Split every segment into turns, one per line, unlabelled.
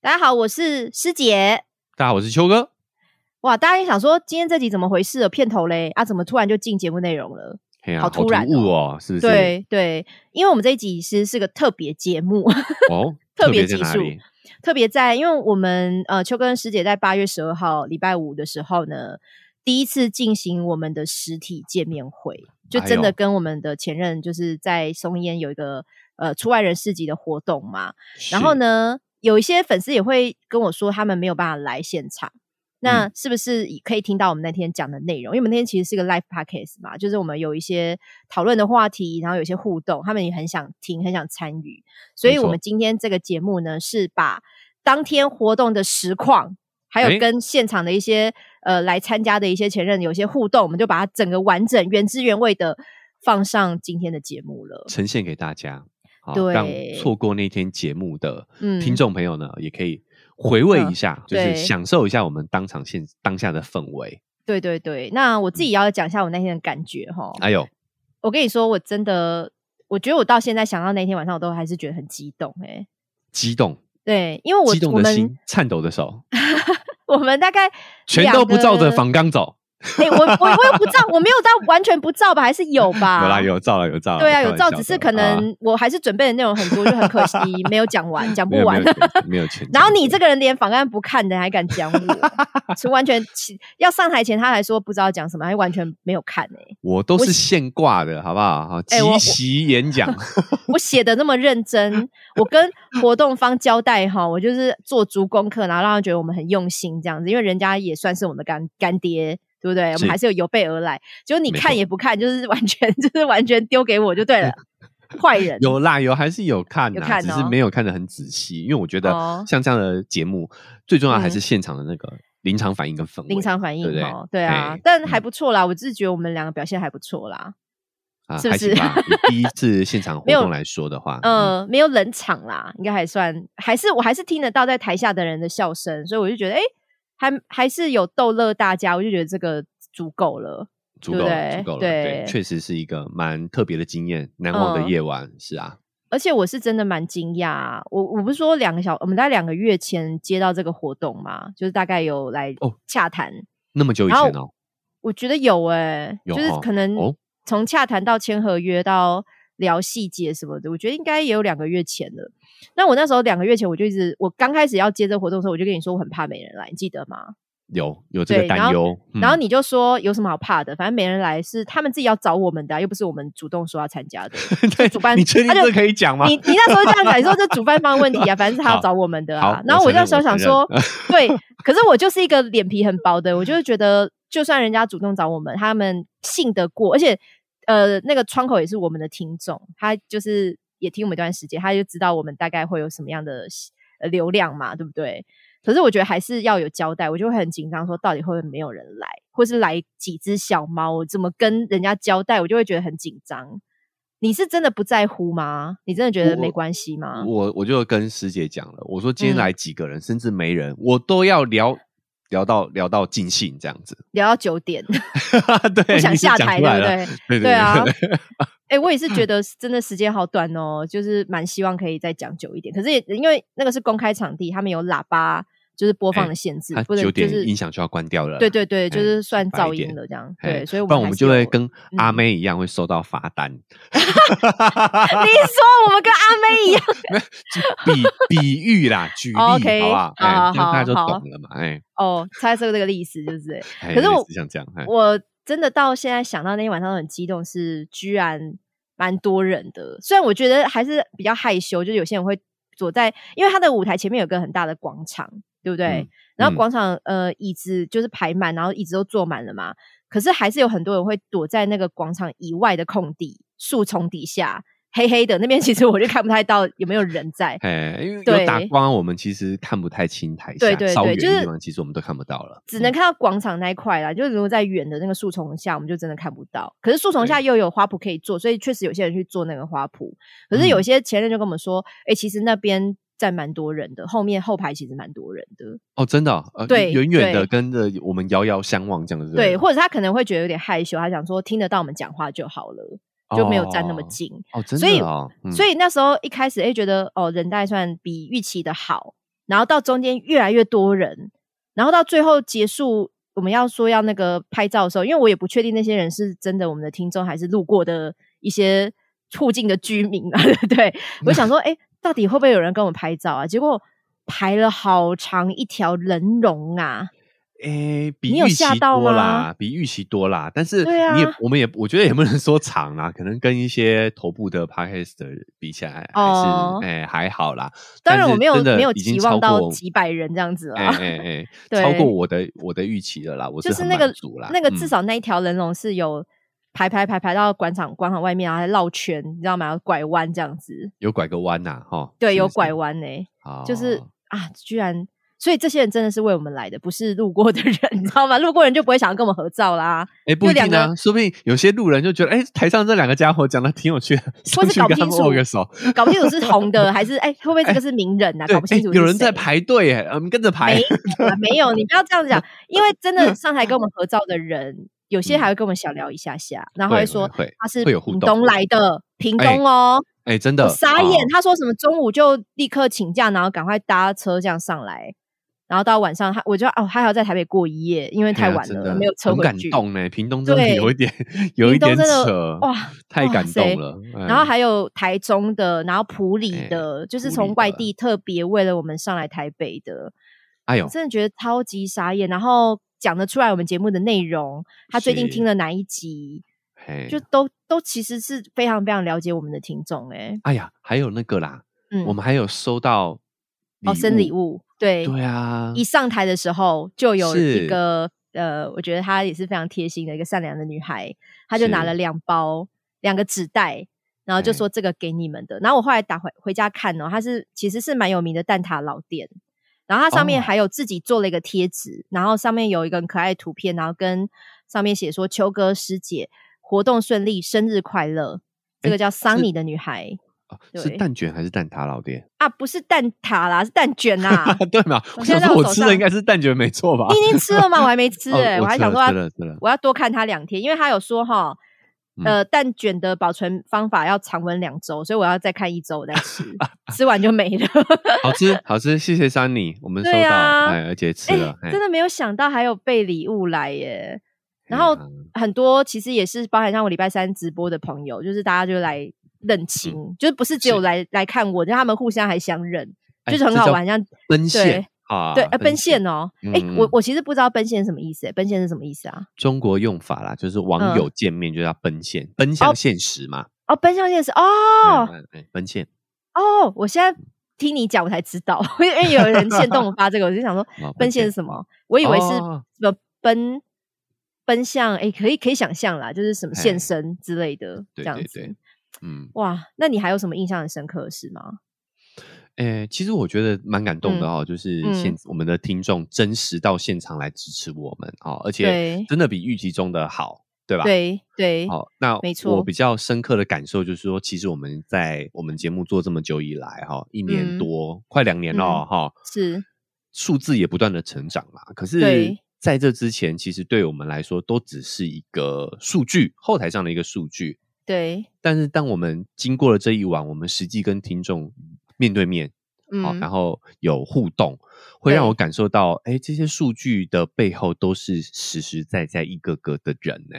大家好，我是师姐。
大家好，我是秋哥。
哇，大家也想说今天这集怎么回事？有片头嘞啊，怎么突然就进节目内容了？
嘿呀、
好
突
突然
兀哦，是不是？
对对，因为我们这一集其实是个特别节目，
哦，
特
特
别
别在
技
哪
术
里？
特别在因为我们呃秋哥跟师姐在八月十二号礼拜五的时候呢，第一次进行我们的实体见面会，就
哎
真的
呦
跟我们的前任就是在松烟有一个呃出外人市集的活动嘛，然后
是？
呢，有一些粉丝也会跟我说，他们没有办法来现场。
嗯
那是不是也可以听到我们那天讲的内容？因为我们那天其实是个 live podcast 嘛，就是我们有一些讨论的话题，然后有一些互动，他们也很想听，很想参与。所以
没
我
错
们今天这个节目呢，是把当天活动的实况，还有
诶
跟现场的一些呃来参加的一些前任有一些互动，我们就把它整个完整原汁原味的放上今天的节目了。
呈现给大家，好
对
让错过那天节目的
嗯
听众朋友呢，也可以回味一下，就
对
是享受一下我们当场现当下的氛围。
对对对，那我自己也要讲一下我那天的感觉哈。
嗯哎呦，
我跟你说，我真的，我觉得我到现在想到那天晚上，我都还是觉得很激动哎、
激动，
对，因为我
激动
我
的
们
心，颤抖 的手，
我们大概
全都不照着
房。
仿纲走。
哎、我我我又不照，我没有到完全不照吧，还是有吧？
有啦，有照了，有照了。
对啊，
开
有
玩
照，
笑
只是
的
可
啊
能我还是准备的内容很多，就很可惜没有讲完，讲
没
不
有
完。
没。有全没有全
然后你
这。
这个人连访案不看的还敢讲 我，是完全要上台前他还说不知道讲什么，还完全没有看哎、
我都是现挂的，好不好？好，
哎我
即席演讲，
我写的那么认真，我跟活动方交代哈，我就是做足功课，然后让他觉得我们很用心这样子，因为人家也算是我们的干干爹，对不对？我
是
们还是有有备而来，结果你
没
看
错
也不看，就是完全 就是完全丢给我就对 了，坏人。
有啦，有还是有看
有
呐、
看
只
哦
是没有看得很仔细，因为我觉
哦
得像这样的节目，最重要还
嗯
是现场的那个临场反应跟氛围。
临场反应
对不对
哦，对啊
哎，
但还
嗯
不错啦，我自己觉得我们两个表现还不错啦，
啊，
是不
还
是
行吧？以第一次现 场活
没有
动来说的话，嗯，
呃，没有冷场啦，应该还算，还是我还是听得到在台下的人的笑声，所以我就觉得，哎，还还是有逗乐大家，我就觉得这个足够了。
足
对
够
不
了，
对
足够了，
对
对，确实是一个蛮特别的经验，难忘的
嗯
夜晚，是啊，
而且我是真的蛮惊讶啊，我我不是说两个小，我们在两个月前接到这个活动嘛，就是大概有来
哦
洽谈，
那么久以
然后
前哦，
我觉得有哎、
有
就是
哦
可能
哦
从洽谈到签合约到聊细节什么的，我觉得应该也有两个月前了。那我那时候两个月前我就一直，我刚开始要接这个活动的时候，我就跟你说我很怕没人来，你记得吗？
有有这
对
个
然后
担忧，嗯
然后你就说有什么好怕的，反正没人来是他们自己要找我们的啊、又不是我们主动说要参加的。
对
主办
你确定
他就
这可以讲吗？
你你那时候这样讲，你说这主办方问题啊，反正是他要
好
找我们的啊
好。
然后
我
我
承
那
认
时候
我
想
承认嗯
说， 对，可是我就是一个脸皮很薄的，我就是觉得，就算人家主动找我们，他们信得过，而且呃，那个窗口也是我们的听众，他就是也听我们一段时间，他就知道我们大概会有什么样的呃流量嘛，对不对？可是我觉得还是要有交代，我就会很紧张，说到底会不会没有人来，或是来几只小猫，我怎么跟人家交代，我就会觉得很紧张。你是真的不在乎吗？你真的觉得
我
没关系吗？
我我就跟师姐讲了，我说今
嗯
天来几个人，甚至没人，我都要聊聊到聊到尽兴这样子。
聊到九点，
对，
不想
你是
下
讲
台，
出
对
来
不
了
对？
对对
对啊
对
哎、我也是觉得真的时间好短哦，就是蛮希望可以再讲久一点。可是也因为那个是公开场地，他们有喇叭，就是播放的限制，
他
不能
九
就
点
是
音响就要关掉了啦。
对对对，
哎
就是算
白一
噪音
点
了这样。
哎，
对，所以我
不然我
还
们
是
就会
有
跟 阿
嗯
妹一样会收到罚单，
你说我们跟阿妹一样
比比喻啦，举例好
OK，
不好？哎
好，
这样大家就
好好
懂了嘛，哎，
哦，猜测这个意思就是欸，
哎
可是
类
我
似像这样，哎，
我真的到现在想到那天晚上都很激动，是居然蛮多人的。虽然我觉得还是比较害羞，就是有些人会躲在，因为他的舞台前面有个很大的广场，对不对？
嗯
然后
嗯。
广场、呃椅子就是排满，然后椅子都坐满了嘛。可是还是有很多人会躲在那个广场以外的空地、树丛底下，黑黑的那边，其实我就看不太到有没有人在
哎，因为
对
有打光，我们其实看不太清台下，
对对
稍
对
远
就
的
是
地方其实我们都看不到了，
只能
嗯
看到广场那一块啦，就是如果在远的那个树丛下，我们就真的看不到。可是树丛
对
下又有花圃可以做，所以确实有些人去做那个花圃。可是有
嗯
些前任就跟我们说，哎、其实那边站蛮多人的，后面后排其实蛮多人的，
哦，真的哦，呃，
对
远远的
对
跟着我们遥遥相望这样子，
对，或者是他可能会觉得有点害羞，他想说听得到我们讲话就好了，就没有站那么
哦
近。
哦，真
所以
的哦，嗯
所以那时候一开始哎、诶觉得哦人大概算比预期的好，然后到中间越来越多人，然后到最后结束，我们要说要那个拍照的时候，因为我也不确定那些人是真的我们的听众，还是路过的一些附近的居民啊。 对，我想说，哎、到底会不会有人跟我拍照啊？结果排了好长一条人龙啊！
诶，比
你有
预
吓
期
到
多
吗
啦，比预期多啦。但是
对
你也，
啊
我们也，我觉得也不能说长啦，可能跟一些头部的 podcast 比起来，还是
哦
诶还好啦。
当
但
然
是
我没有
真的
没有
已经
期望
超
到
过哎
几百人这样子
诶
啦，
诶
对
诶，超过我的我的预期的啦，我
就是是
很
那个
满足啦
那个
嗯
至少那一条人龙是有排排排排到广场广场外面，然后还绕圈，你知道吗？拐弯这样子，
有拐个弯呐，哈，
对，有
是不是
拐，弯呢、就是
哦
啊，居然。所以这些人真的是为我们来的，不是路过的人，你知道吗？路过人就不会想要跟我们合照啦，
哎，不
有
一定
两
啊，说不定有些路人就觉得，哎，台上这两个家伙讲的挺有趣的，
或
上
是
去
搞不
跟他
清
们
楚
握个手，
搞不清 楚是红的还是哎、会不会这个是名人啊？
对
搞不清
诶
楚是
有人在
谁
排队，哎，我们跟着排
没， 有啊，没有，你不要这样讲，因为真的上台跟我们合照的人，有些还
嗯
会跟我们小聊一下下，然后还
会
说
会会
他是
会有互
屏
动
东来的，屏
哎
东哦，
哎，真
我
的
傻
哦
眼，他说什么中午就立刻请假，然后赶快搭车这样上来，然后到晚上他我就哦，他还要在台北过一夜，因为太
哎呀
晚
真
了，
的
没有车
很
回
感
去。
动啊呢、屏东真的
对
有一点，有一
屏东
点
真的
扯，
哇，
太
哇
感
塞
动了。
然后
嗯
还有台中的，然后普里
哎
的，就是
埔
从
里
外
的
地特别为了我们上来台北的，
哎
我
呦，
真的觉得超级傻眼。然后讲得出来我们节目的内容，他最近
是哎
听了哪一集，
嘿
就都都其实是非常非常了解我们的听众哎、
哎呀，还有那个啦，
嗯，
我们还有收到
哦生礼，物，对
对啊
一，上台的时候就有一
是
个呃，我觉得她也是非常贴心的一个善良的女孩，她就是拿了两包两个纸袋，然后就
哎
说这个给你们的。然后我后来打回回家看哦，它是其实是蛮有名的蛋挞老店，然后它上面
哦
还有自己做了一个贴纸，然后上面有一个很可爱的图片，然后跟上面写说秋哥师姐活动顺利，生日快乐。这
哎
个叫桑
是
尼的女孩
哦是
对
蛋卷还是蛋挞老爹？。
啊，不是蛋挞啦，是蛋卷啦
对嘛？
啊我
我
现
想
在在
说
我
我
手
吃的
上
应该是蛋卷没错吧？
你已经吃了吗？我还没吃
哦
哎、
我
还
吃
想
了
说要
吃了吃了
我要多看他两天，因为他有说哈，
嗯
呃，蛋卷的保存方法要常温两周，所以我要再看一周我再 吃，吃完就没了。
好吃好吃，谢谢珊妮，我们收
对
到，
啊
哎，而且吃
哎、
了，哎
真的没有想到还有备礼物来耶。然后
哎呀
很多其实也是包含像我礼拜三直播的朋友，就是大家就来认亲，就是不是只有
嗯是
来来看我，就他们互相还相认，
哎
就是很
这
好
叫
玩，像
奔现啊，
对呃奔现哦，哎、
嗯
我
嗯
我其实不知道奔现是什么意思、哎奔现是什么意思啊？
中国用法啦，就是
嗯
网友见面就叫奔现，奔向现实嘛。
哦，奔向现实哦，
嗯，嗯嗯奔现
哦，我现在听你讲我才知道，因为有人现动我发这个，我就想 说
啊
奔现是什么？我以为是
哦
什么奔奔向，哎，可以可以想象啦，就是什么现
嘿
身之类的这
对
样
对
子
对。嗯，
哇，那你还有什么印象很深刻的事吗？
诶，哎其实我觉得蛮感动的哦，就是现
嗯
我们的听众真实到现场来支持我们哦，而且
对
真的比预期中的好，对吧？。
对对，
好，那
没错
我比较深刻的感受就是说，其实我们在我们节目做这么久以来，哈，一
嗯
年多，快两年了哦，哈、
是
数字也不断的成长嘛。可是
对
在这之前，其实对我们来说都只是一个数据，后台上的一个数据。
对，
但是当我们经过了这一晚，我们实际跟听众面对面，好、
嗯
然，后有互动，会让
对
我感受到，哎，这些数据的背后都是实实在在一个个的人呢、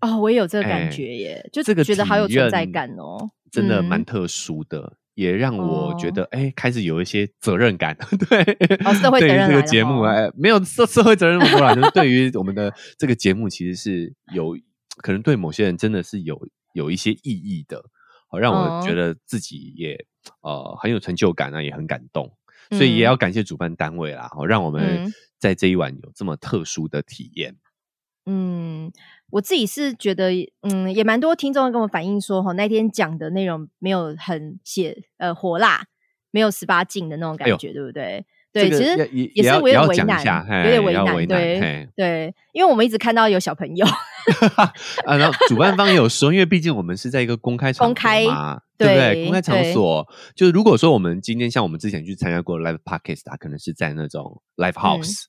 哦，我也有这个
哎
感觉耶，就
这个
觉得好有
体
存在
验
感哦，
真的
嗯
蛮特殊的，也让我觉
哦
得哎、开始有一些责任感。 对，
哦社会责
对于
任
这
来
个
了
节目
哦
哎，没有社社会责任那么多啦，就是对于我们的这个节目，其实是有可能对某些人真的是有有一些意义的，好让我觉
哦
得自己也、呃很有成就感啊，也很感动。所以也
嗯
要感谢主办单位啦，好让我们
嗯
在这一晚有这么特殊的体验。
嗯，我自己是觉得，嗯，也蛮多听众跟我反映说，哈，那天讲的内容没有很写呃火辣，没有十八禁的那种
哎
感
呦
觉，对不对？对，
这个
其实
要也也
是
要
我
也
有
要
点为
讲一
难
下，
有点
嘿
为
要
难，
为难
对
嘿哦
对，因为我们一直看到有小朋友，
啊，然后主办方也有说，因为毕竟我们是在一个公开场
公开
合嘛，对不
对
对？公开场
对
所，就是如果说我们今天像我们之前去参加过 live podcast 啊，可能是在那种 live house，、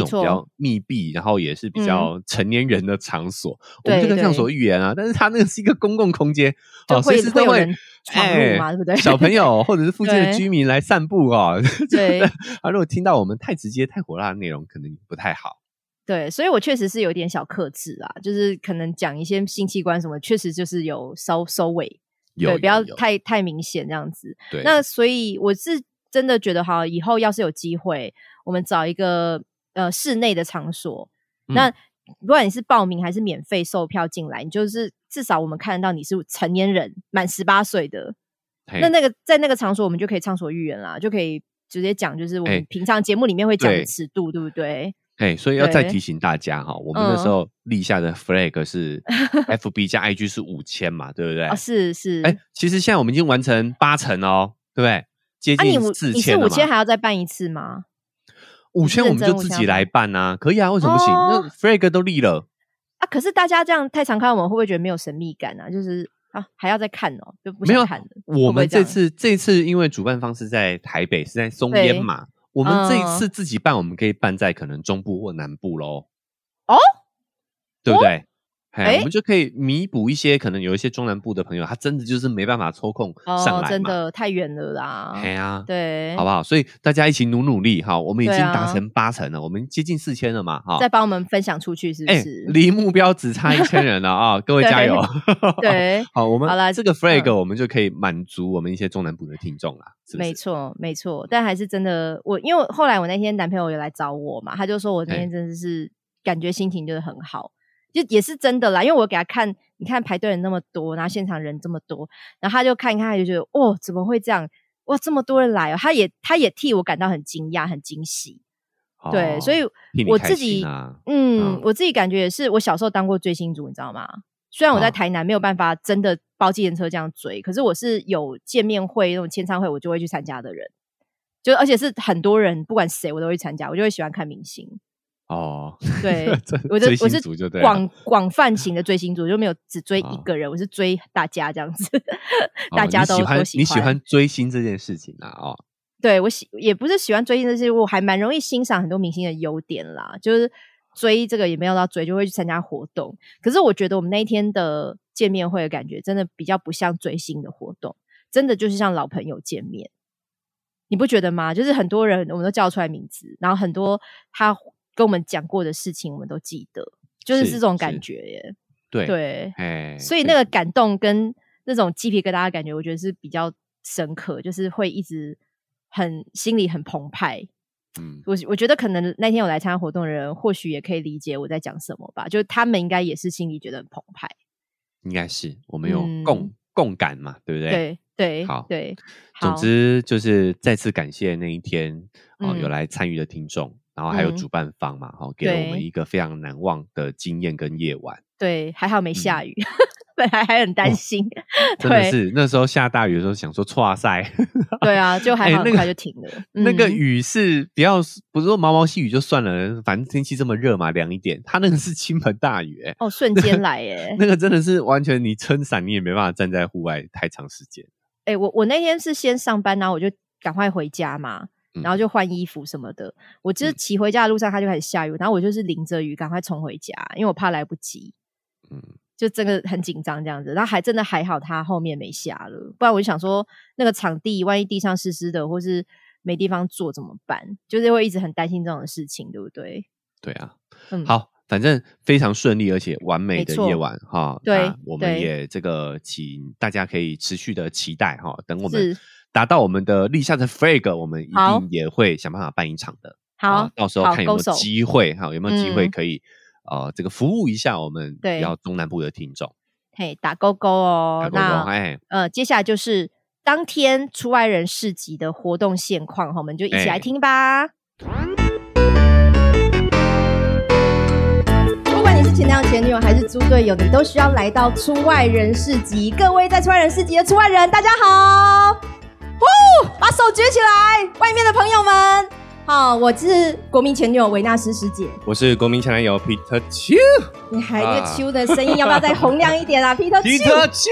嗯没嗯
种比较密闭，然后也是比较成年人的场所，我们
对
就可以畅
对
所欲言啊。但是它那个是一个公共空间，
就
哦，
会
随时
会
都
有
会哎
人闯入嘛对不对
小朋友或者是附近的
对
居民来散步哦。
对
啊，如果听到我们太直接、太火辣的内容，可能不太好。
对，所以我确实是有点小克制啊，就是可能讲一些性器官什么，确实就是有收收尾，
有
对，不要
有有
太太明显这样子。
对
那所以我是真的觉得哈，以后要是有机会，我们找一个呃室内的场所，
嗯
那不管你是报名还是免费售票进来，你就是至少我们看得到你是成年人，满十八岁的，
嘿
那那个在那个场所，我们就可以畅所欲言啦，就可以直接讲，就是我
哎
们平常节目里面会讲
对
的尺度，对不对？
哎，所以要再
对嗯
提醒大家哈，我们那时候立下的 flag 是 FB 加 IG 是五千嘛，对不对
啊，？是是，
哎，其实现在我们已经完成八成哦，对不对？接
啊，你
近
五
四
你是
千了
五千
嘛？
还要再办一次吗？
五千我们就
认真
自
5000
己来办啊，可以啊，为什么不行？
哦
那 flag 都立了，
啊，可是大家这样太常看我们，会不会觉得没有神秘感啊？就是啊，还要再看哦，就不
没有
想看了。
我
会不会
们
这
这
样
次这次因为主办方是在台北，是在松烟
对
嘛，我们这一
嗯
次自己办，我们可以办在可能中部或南部喽。
哦，
对不对？哎，
哎
我们就可以弥补一些可能有一些中南部的朋友，他真的就是没办法抽空上
哦，
来
真
嘛。
的太远了啦。
哎呀，
对，
好不好？所以大家一起努努力哈，我们已经
对啊
达成八成了，我们接近四千了嘛哈。
再帮我们分享出去是不
哎，
是？
离目标只差一千人了啊！各位
对
加油！
对，
好，我们
好啦
这个 flag
嗯
我们就可以满足我们一些中南部的听众啦， 是不
没
是？
错，没错。但还是真的，我因为后来我那天男朋友有来找我嘛，他就说我那
哎
天真的是感觉心情就是很好，就也是真的啦。因为我给他看，你看排队人那么多，然后现场人这么多，然后他就看一看，他就觉得哦，怎么会这样？哇，这么多人来哦！他也他也替我感到很惊讶、很惊喜。对，
哦
所以
替你
我
开
自
心
己
啊，
嗯，
嗯
我自己感觉也是，我小时候当过追星族，你知道吗？虽然我在
哦
台南没有办法真的包计程车这样追，可是我是有见面会那种签唱会，我就会去参加的人，就而且是很多人，不管谁我都会参加，我就会喜欢看明星。
哦，
对
这
我就
追
我
星
是
族就对了
广广泛型的追星族，就没有只追一
哦
个人，我是追大家这样子，
哦
大
你
家都
喜欢
都
你喜欢追星这件事情啊哦，
对我喜也不是喜欢追星，但是我还蛮容易欣赏很多明星的优点啦。就是追这个也没有到追，就会去参加活动。可是我觉得我们那一天的见面会的感觉，真的比较不像追星的活动，真的就是像老朋友见面。你不觉得吗？就是很多人我们都叫出来名字，然后很多他跟我们讲过的事情，我们都记得，就是
是
是这种
是
感觉耶。
对
对，
哎，
所以那个感动跟那种鸡皮疙瘩的感觉，我觉得是比较深刻，就是会一直很心里很澎湃。
嗯，
我我觉得可能那天有来参加活动的人，或许也可以理解我在讲什么吧，就是他们应该也是心里觉得很澎湃。
应该是我们有
嗯
共共感嘛，对不对？。
对对，
好
对，
总
好
之就是再次感谢那一天哦、有
嗯
来参与的听众，然后还有
嗯
主办方嘛，哈、哦，给了我们
对
一个非常难忘的经验跟夜晚，
对，还好没
嗯哦
下雨，本来还很担心。
真的
对
是那时候下大雨的时候想说哇塞，
对啊，就还
哎
好
那
很
个
快就停了。
那个
嗯
雨是不要不是说毛毛细雨就算了，反正天气这么热嘛，凉一点，它那个是倾盆大雨、欸，
哦，瞬间来耶！
那个真的是完全你撑伞你也没办法站在户外太长时间，
哎、我我那天是先上班，然后我就赶快回家嘛，
嗯
然后就换衣服什么的。我就是
嗯
骑回家的路上，它就开始下雨，然后我就是淋着雨赶快冲回家，因为我怕来不及，
嗯。
就真的很紧张这样子。然后还真的还好，它后面没下了，不然我就想说那个场地万一地上湿湿的，或是没地方坐怎么办？就是会一直很担心这种事情，对不对？
对啊，
嗯
好，反正非常顺利而且完美
没
的
错
夜晚哈。
对
那我们
对
也这个请大家可以持续的期待哈，等我们
是
达到我们的立下的 flag，我们一
好
定也会想办法办一场的。
好
啊，到时候
好
看有没
勾手
有机会哈，有没有机会
嗯
可以呃这个服务一下我们
对
比较中南部的听众。
嘿，打勾勾哦，
打勾勾
那
哎，
呃，接下来就是当天出外人市集的活动现况，哈我们就一起
哎
来听吧。不管你是前男友、前女友还是猪队友，你都需要来到出外人市集。各位在出外人市集的出外人，大家好！呼，把手举起来，外面的朋友们。好、我是国民前女友维纳斯师姐。
我是国民前男友 Peter
你还那
啊
个秋的声音要不要再洪亮一点 啊？Peter 秋。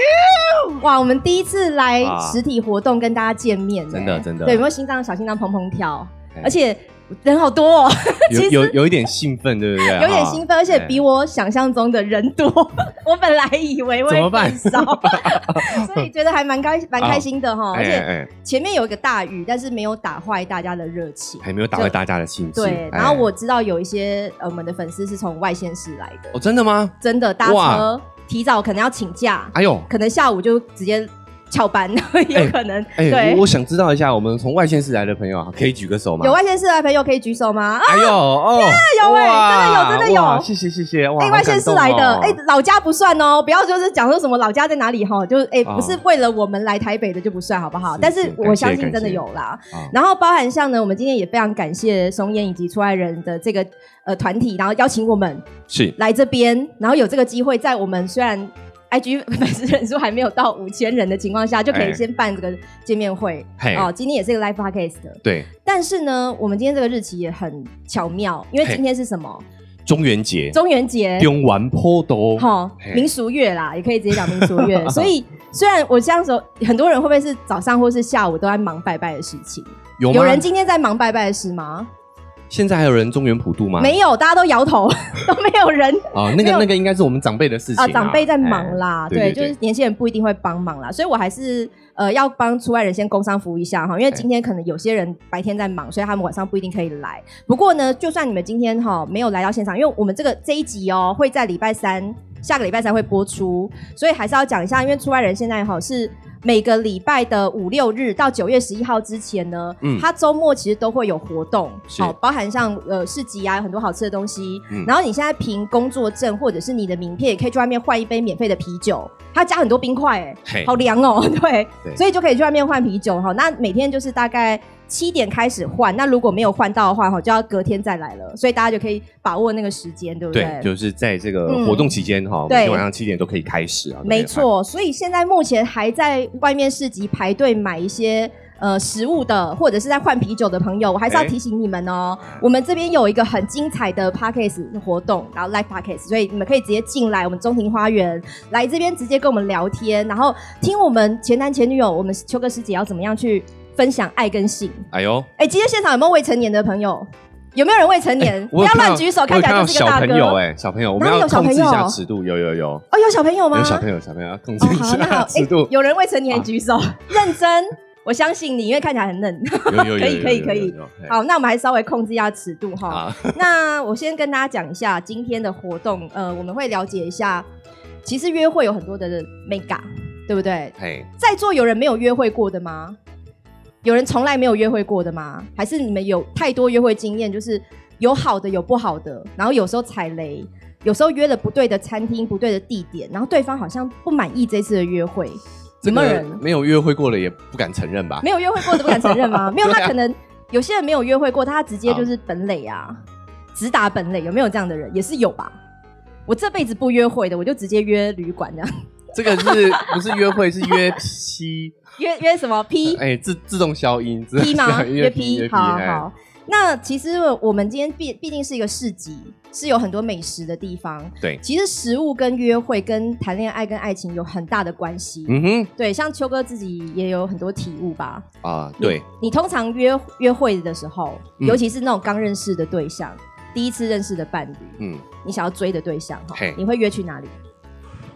哇，我们第一次来
啊
实体活动跟大家见面、
真
欸
的真的
对，有没有心脏小心脏砰砰跳？
哎
而且人好多、哦，
有
其实
有有一点兴奋，对不哎对？
有点兴奋，而且比
我
我想象中的人多。 我本来以为会
怎么办
更少， 所以觉得还蛮开 蛮开心的哈。而且
哎
前面有一个大雨，但是没有打坏大家的热情。
还没有打坏大家的兴致。
对，
哎
然后我知道有一些呃我们的粉丝是从外县市来的，
哦，真的吗？
真的搭
哇
车提早可能要请假，
哎呦，
可能下午就直接翘班， 有可能。
哎，
对
我我想知道一下，我们从外县市来的朋友啊，可以举个手吗？
有外县市的朋友可以举手吗？啊，
哎呦哦，
有哎
哇
真的有真的有
哇谢谢谢谢，哇，
哎，
好
外县
感
市
动
来的，
哦
哎，老家不算哦，不要就是讲说什么老家在哪里哈，就是哎，
哦
不是为了我们来台北的就不算，好不好？
是
但
是
是
感
我
谢
相信
感
真的
谢
有啦。
啊
然后包含像呢，我们今天也非常感谢松烟以及出爱人的这个呃团体，然后邀请我们
是
来这边，然后有这个机会，在我们虽然 IG 粉丝人数还没有到五千人的情况下，就可
哎
以先办这个见面会
嘿
哦。今天也是一个 live podcast，
对
但是呢，我们今天这个日期也很巧妙，因为
嘿
今天是什么？
中元节，
中元节。
中完坡哦多，
哈
嘿，
民俗月啦，也可以直接讲民俗月。所以虽然我这样子，很多人会不会是早上或是下午都在忙拜拜的事情？
有
有
吗
人今天在忙拜拜的事吗？
现在还有人中原普渡吗？
没有，大家都摇头， 都没有人
啊，那
没
个
有
那个应该是我们长辈的事情
啊，长辈在忙
哎
啦，
对对
对，
对
就是年轻人不一定会帮忙啦，所以我还是呃要帮出外人先工商服务一下哈，因
哎
为今天可能有些人白天在忙，所以他们晚上不一定可以来。不过呢，就算你们今天哈没有来到现场，因为我们这个这一集哦会在礼拜三，下个礼拜三会播出，所以还是要讲一下，因为出外人现在哈是。每个礼拜的五六日到九月十一号之前呢，
嗯
他周末其实都会有活动，
是
好、包含像呃市集啊，有很多好吃的东西。
嗯
然后你现在凭工作证或者是你的名片，也可以去外面换一杯免费的啤酒，它加很多冰块、哎，
嘿
好凉哦、 对，
对
所以就可以去外面换啤酒哈。那每天就是大概七点开始换，那如果没有换到的话哈，就要隔天再来了，所以大家就可以把握那个时间，对不对？
对，就是在这个
嗯
活动期间哈，每
对
天晚上七点都可以开始啊。对不对
没，错，所以现在目前还在外面市集排队买一些呃食物的，或者是在换啤酒的朋友，我还是要
哎
提醒你们哦，
嗯
我们这边有一个很精彩的 podcast 活动，然后 live podcast，所以你们可以直接进来我们中庭花园，来这边直接跟我们聊天，然后听我们前男前女友，我们秋哥师姐要怎么样去分享爱跟性。
哎呦，
哎，今天现场有没有未成年的朋友？有没有人未成年？不
我有
要
看
乱
到
举手，
我
看
有
起
看
来
到
就是个
小
大
朋
哥。
友哎，小朋友，我们
哪里
要
有小
控制一
朋友
下尺度，有有有。
哦，有小朋友吗？
有小朋友，小朋友要控制
哦，
一
好，那
下
好，
尺度啊
诶。有人未成年举手， 认真，我相信你，因为看起来很嫩。
有 有有，
可以
有
可以可。
有
以
有有有有
好，那我们还稍微控制一下尺度哈。
啊，
那我先跟大家讲一下今天的活动，呃，我们会了解一下，其实约会有很多的 mega，对不对？
嘿，
在座有人没有约会过的吗？有人从来没有约会过的吗？还是你们有太多约会经验，就是有好的有不好的，然后有时候踩雷，有时候约了不对的餐厅、不对的地点，然后对方好像不满意这次的约会，
这
有没有
个
人
没有约会过的也不敢承认吧？
没有约会过的不敢承认吗？没有，
对啊
他可能有些人没有约会过，他直接就是本垒啊，直打本垒，有没有这样的人？也是有吧。我这辈子不约会的，我就直接约旅馆这样，
这个是不是约会是约 P？
约约什么 P
哎，自自动消音，自
P 吗？
约
约
P，
P，
约 P，哎
好
嘿
好。那其实我们今天毕毕竟是一个市集，是有很多美食的地方。
对，
其实食物跟约会、跟谈恋爱、跟爱情有很大的关系。
嗯
对，像秋哥自己也有很多体悟吧？
哼，啊，对，
你通常约约会的时候，
嗯
尤其是那种刚认识的对象、第一次认识的伴侣，
嗯，
你想要追的对象哈
嘿，
你会约去哪里？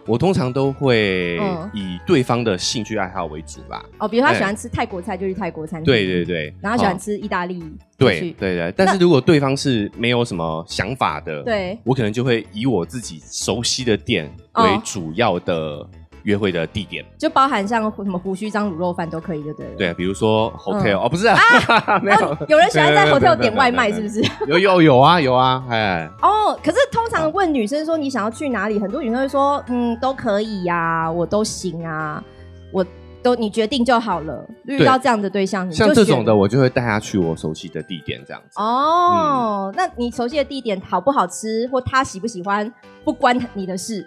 我通常都会
嗯
以对方的兴趣爱好为主啦。
哦，比如他
哎
喜欢吃泰国菜，就去泰国餐厅。
对对。对，
嗯然后喜欢
哦
吃意大利，就
对
去
对对，但是如果对方是没有什么想法的，，
对，
我可能就会以我自己熟悉的店为
哦
主要的约会的地点。
就包含像什么胡须章卤肉饭都可以，对不对了？
对，啊比如说
嗯
hotel、哦，不是啊， 没有
哦，有人喜欢在
没有
hotel 点外卖，是不？
没
是？
有没有没有没有有有有啊有啊，哎，
哦，可是通
啊
常问女生说你想要去哪里，很多女生会说，嗯，都可以呀、我都行啊，我都你决定就好了。遇到这样的对象，嗯你就
像这种
选
的，我就会带他去我熟悉的地点，这样子。
哦，
嗯
那你熟悉的地点好不好吃，或他喜不喜欢，不关你的事，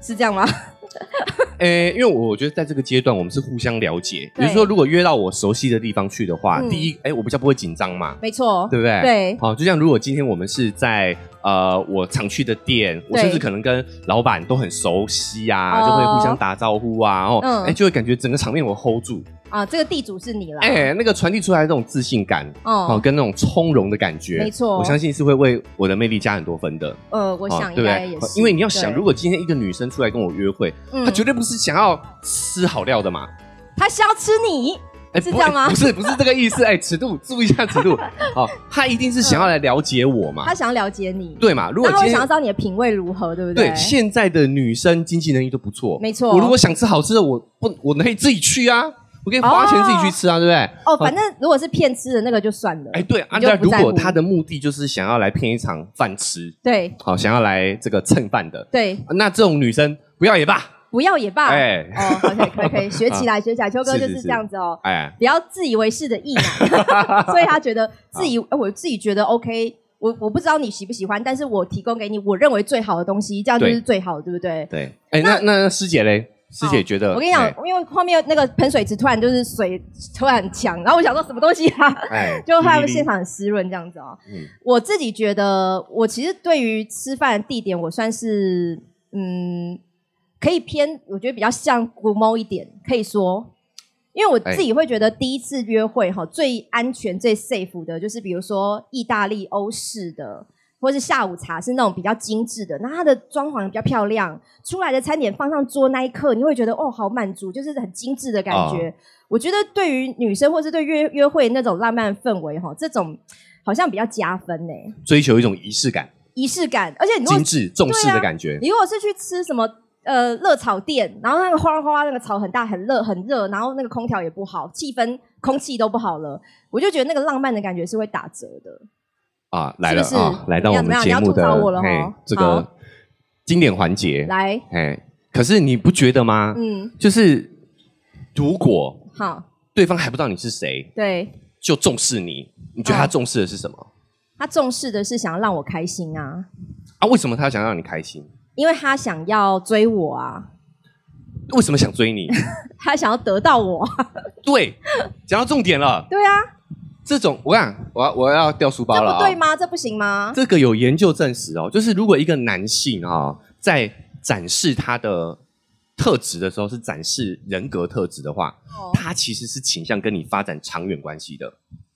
是这样吗？
诶，呃因为我我觉得在这个阶段，我们是互相了解。比
对
如说，如果约到我熟悉的地方去的话，
嗯
第一，哎，我比较不会紧张嘛，
没错，
对不对？
对
好，就像如果今天我们是在呃我常去的店，我
对
甚至可能跟老板都很熟悉啊，
哦
就会互相打招呼啊，然后
嗯
哎就会感觉整个场面我 hold 住，
啊，这个地主是你了，
哎，那个传递出来的那种自信感，哦，
哦，
跟那种从容的感觉，
没错
我相信是会为我的魅力加很多分的。
呃，我
哦
想应
对不
该
对
也
哦
是，
因为你要想，
对
如果今天一个女生出来跟我约会，她绝
嗯、
对不是想要吃好料的嘛。
他是要吃你，
哎
是
不
这样吗
不是，不是这个意思。哎，尺度，注意一下尺 度。哦，她一定是想要来了解我嘛
他，想要了解你，，
啊对嘛？如果
然后
今
我想要
天
知道你的品味如何，对不
对现在的女生经济能力都不错，
没错
我如果想吃好吃的，我不，我可以自己去啊，我可以花钱自己去吃啊，对不对？
哦，反正如果是骗吃的那个就算了，
哎，对啊，
你就
那
不
如
在
果
乎
她的目的就是想要来骗一场饭吃，
对
好、想要来这个蹭饭的，
对，
那这种女生不要也罢，
不要也罢，
哎、啊
哦，可以可以可 以，学起来学起来，秋哥
是
就是是
是
这样子哦。
哎，
不要自以为是的意 男，所以他觉得自以，
啊
呃我自己觉得 OK，我我不知道你喜不喜欢，但是我提供给你我认为最好的东西，这样就
对
是最好的，对不对？
对，哎，那那那师姐嘞，师姐觉得，
我跟你讲，因为后面那个喷水池突然就是水突然很强，然后我想说什么东西啊，
哎，哎，
就他
哩
们
哩
现，场很湿润这样子哦。
嗯
我自己觉得，我其实对于吃饭的地点，我算是嗯，可以偏，我觉得比较像古猫一点，可以说，因为我自己会觉得第一次约会哈，最安全、最 safe 的就是比如说意大利欧式的。或是下午茶是那种比较精致的，那它的装潢也比较漂亮，出来的餐点放上桌那一刻，你会觉得哦，好满足，就是很精致的感觉。我觉得对于女生或是对约约会那种浪漫氛围哈，这种好像比较加分呢、
追求一种仪式感、
仪式感。而且你如果啊
精致、重视的感觉，
你如果是去吃什么呃热炒店，然后那个哗啦哗啦那个炒很大很热很热，然后那个空调也不好，气氛空气都不好了，我就觉得那个浪漫的感觉是会打折的。
啊，来了
是不是
啊，来到我
怎么
们
样
节目的
你要吐槽我了
嘿
哦
这个
好
经典环节，
来，
哎，可是你不觉得吗？
嗯，
就是如果
好，
对方还不知道你是谁，
对
就重视你，你觉得他
哦
重视的是什么？
他重视的是想要让我开心啊，
啊，为什么他想让你开心？
因为他想要追我啊，
为什么想追你？
他想要得到我。
对，讲到重点了。
对啊，
这种我看，我要我要掉书包
这
了、啊。
不对吗？这不行吗？
这个有研究证实哦，就是如果一个男性啊、在展示他的特质的时候，是展示人格特质的话，
哦
他其实是倾向跟你发展长远关系的。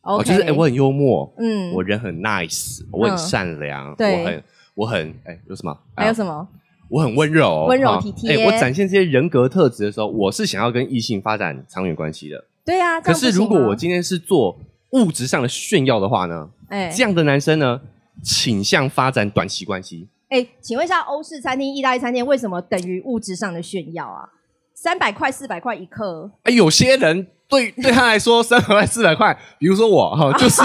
哦，
OK，
就是哎、我很幽默，
嗯，
我人很 nice，我很
嗯
善良，
对
我很我很哎、有什么？
还有
么？
什么？
我很温柔，
温柔
啊
体贴
哎我展现这些人格特质的时候，我是想要跟异性发展长远关系的。
对啊，这
可
样不
是
行
如果
吗
我今天是做物质上的炫耀的话呢，
哎
这样的男生呢，倾向发展短期关系。
哎，请问一下，欧式餐厅、意大利餐厅为什么等于物质上的炫耀啊？三百块、四百块一克，
哎，有些人 对对他来说三百块四百块，比如说我哈，就是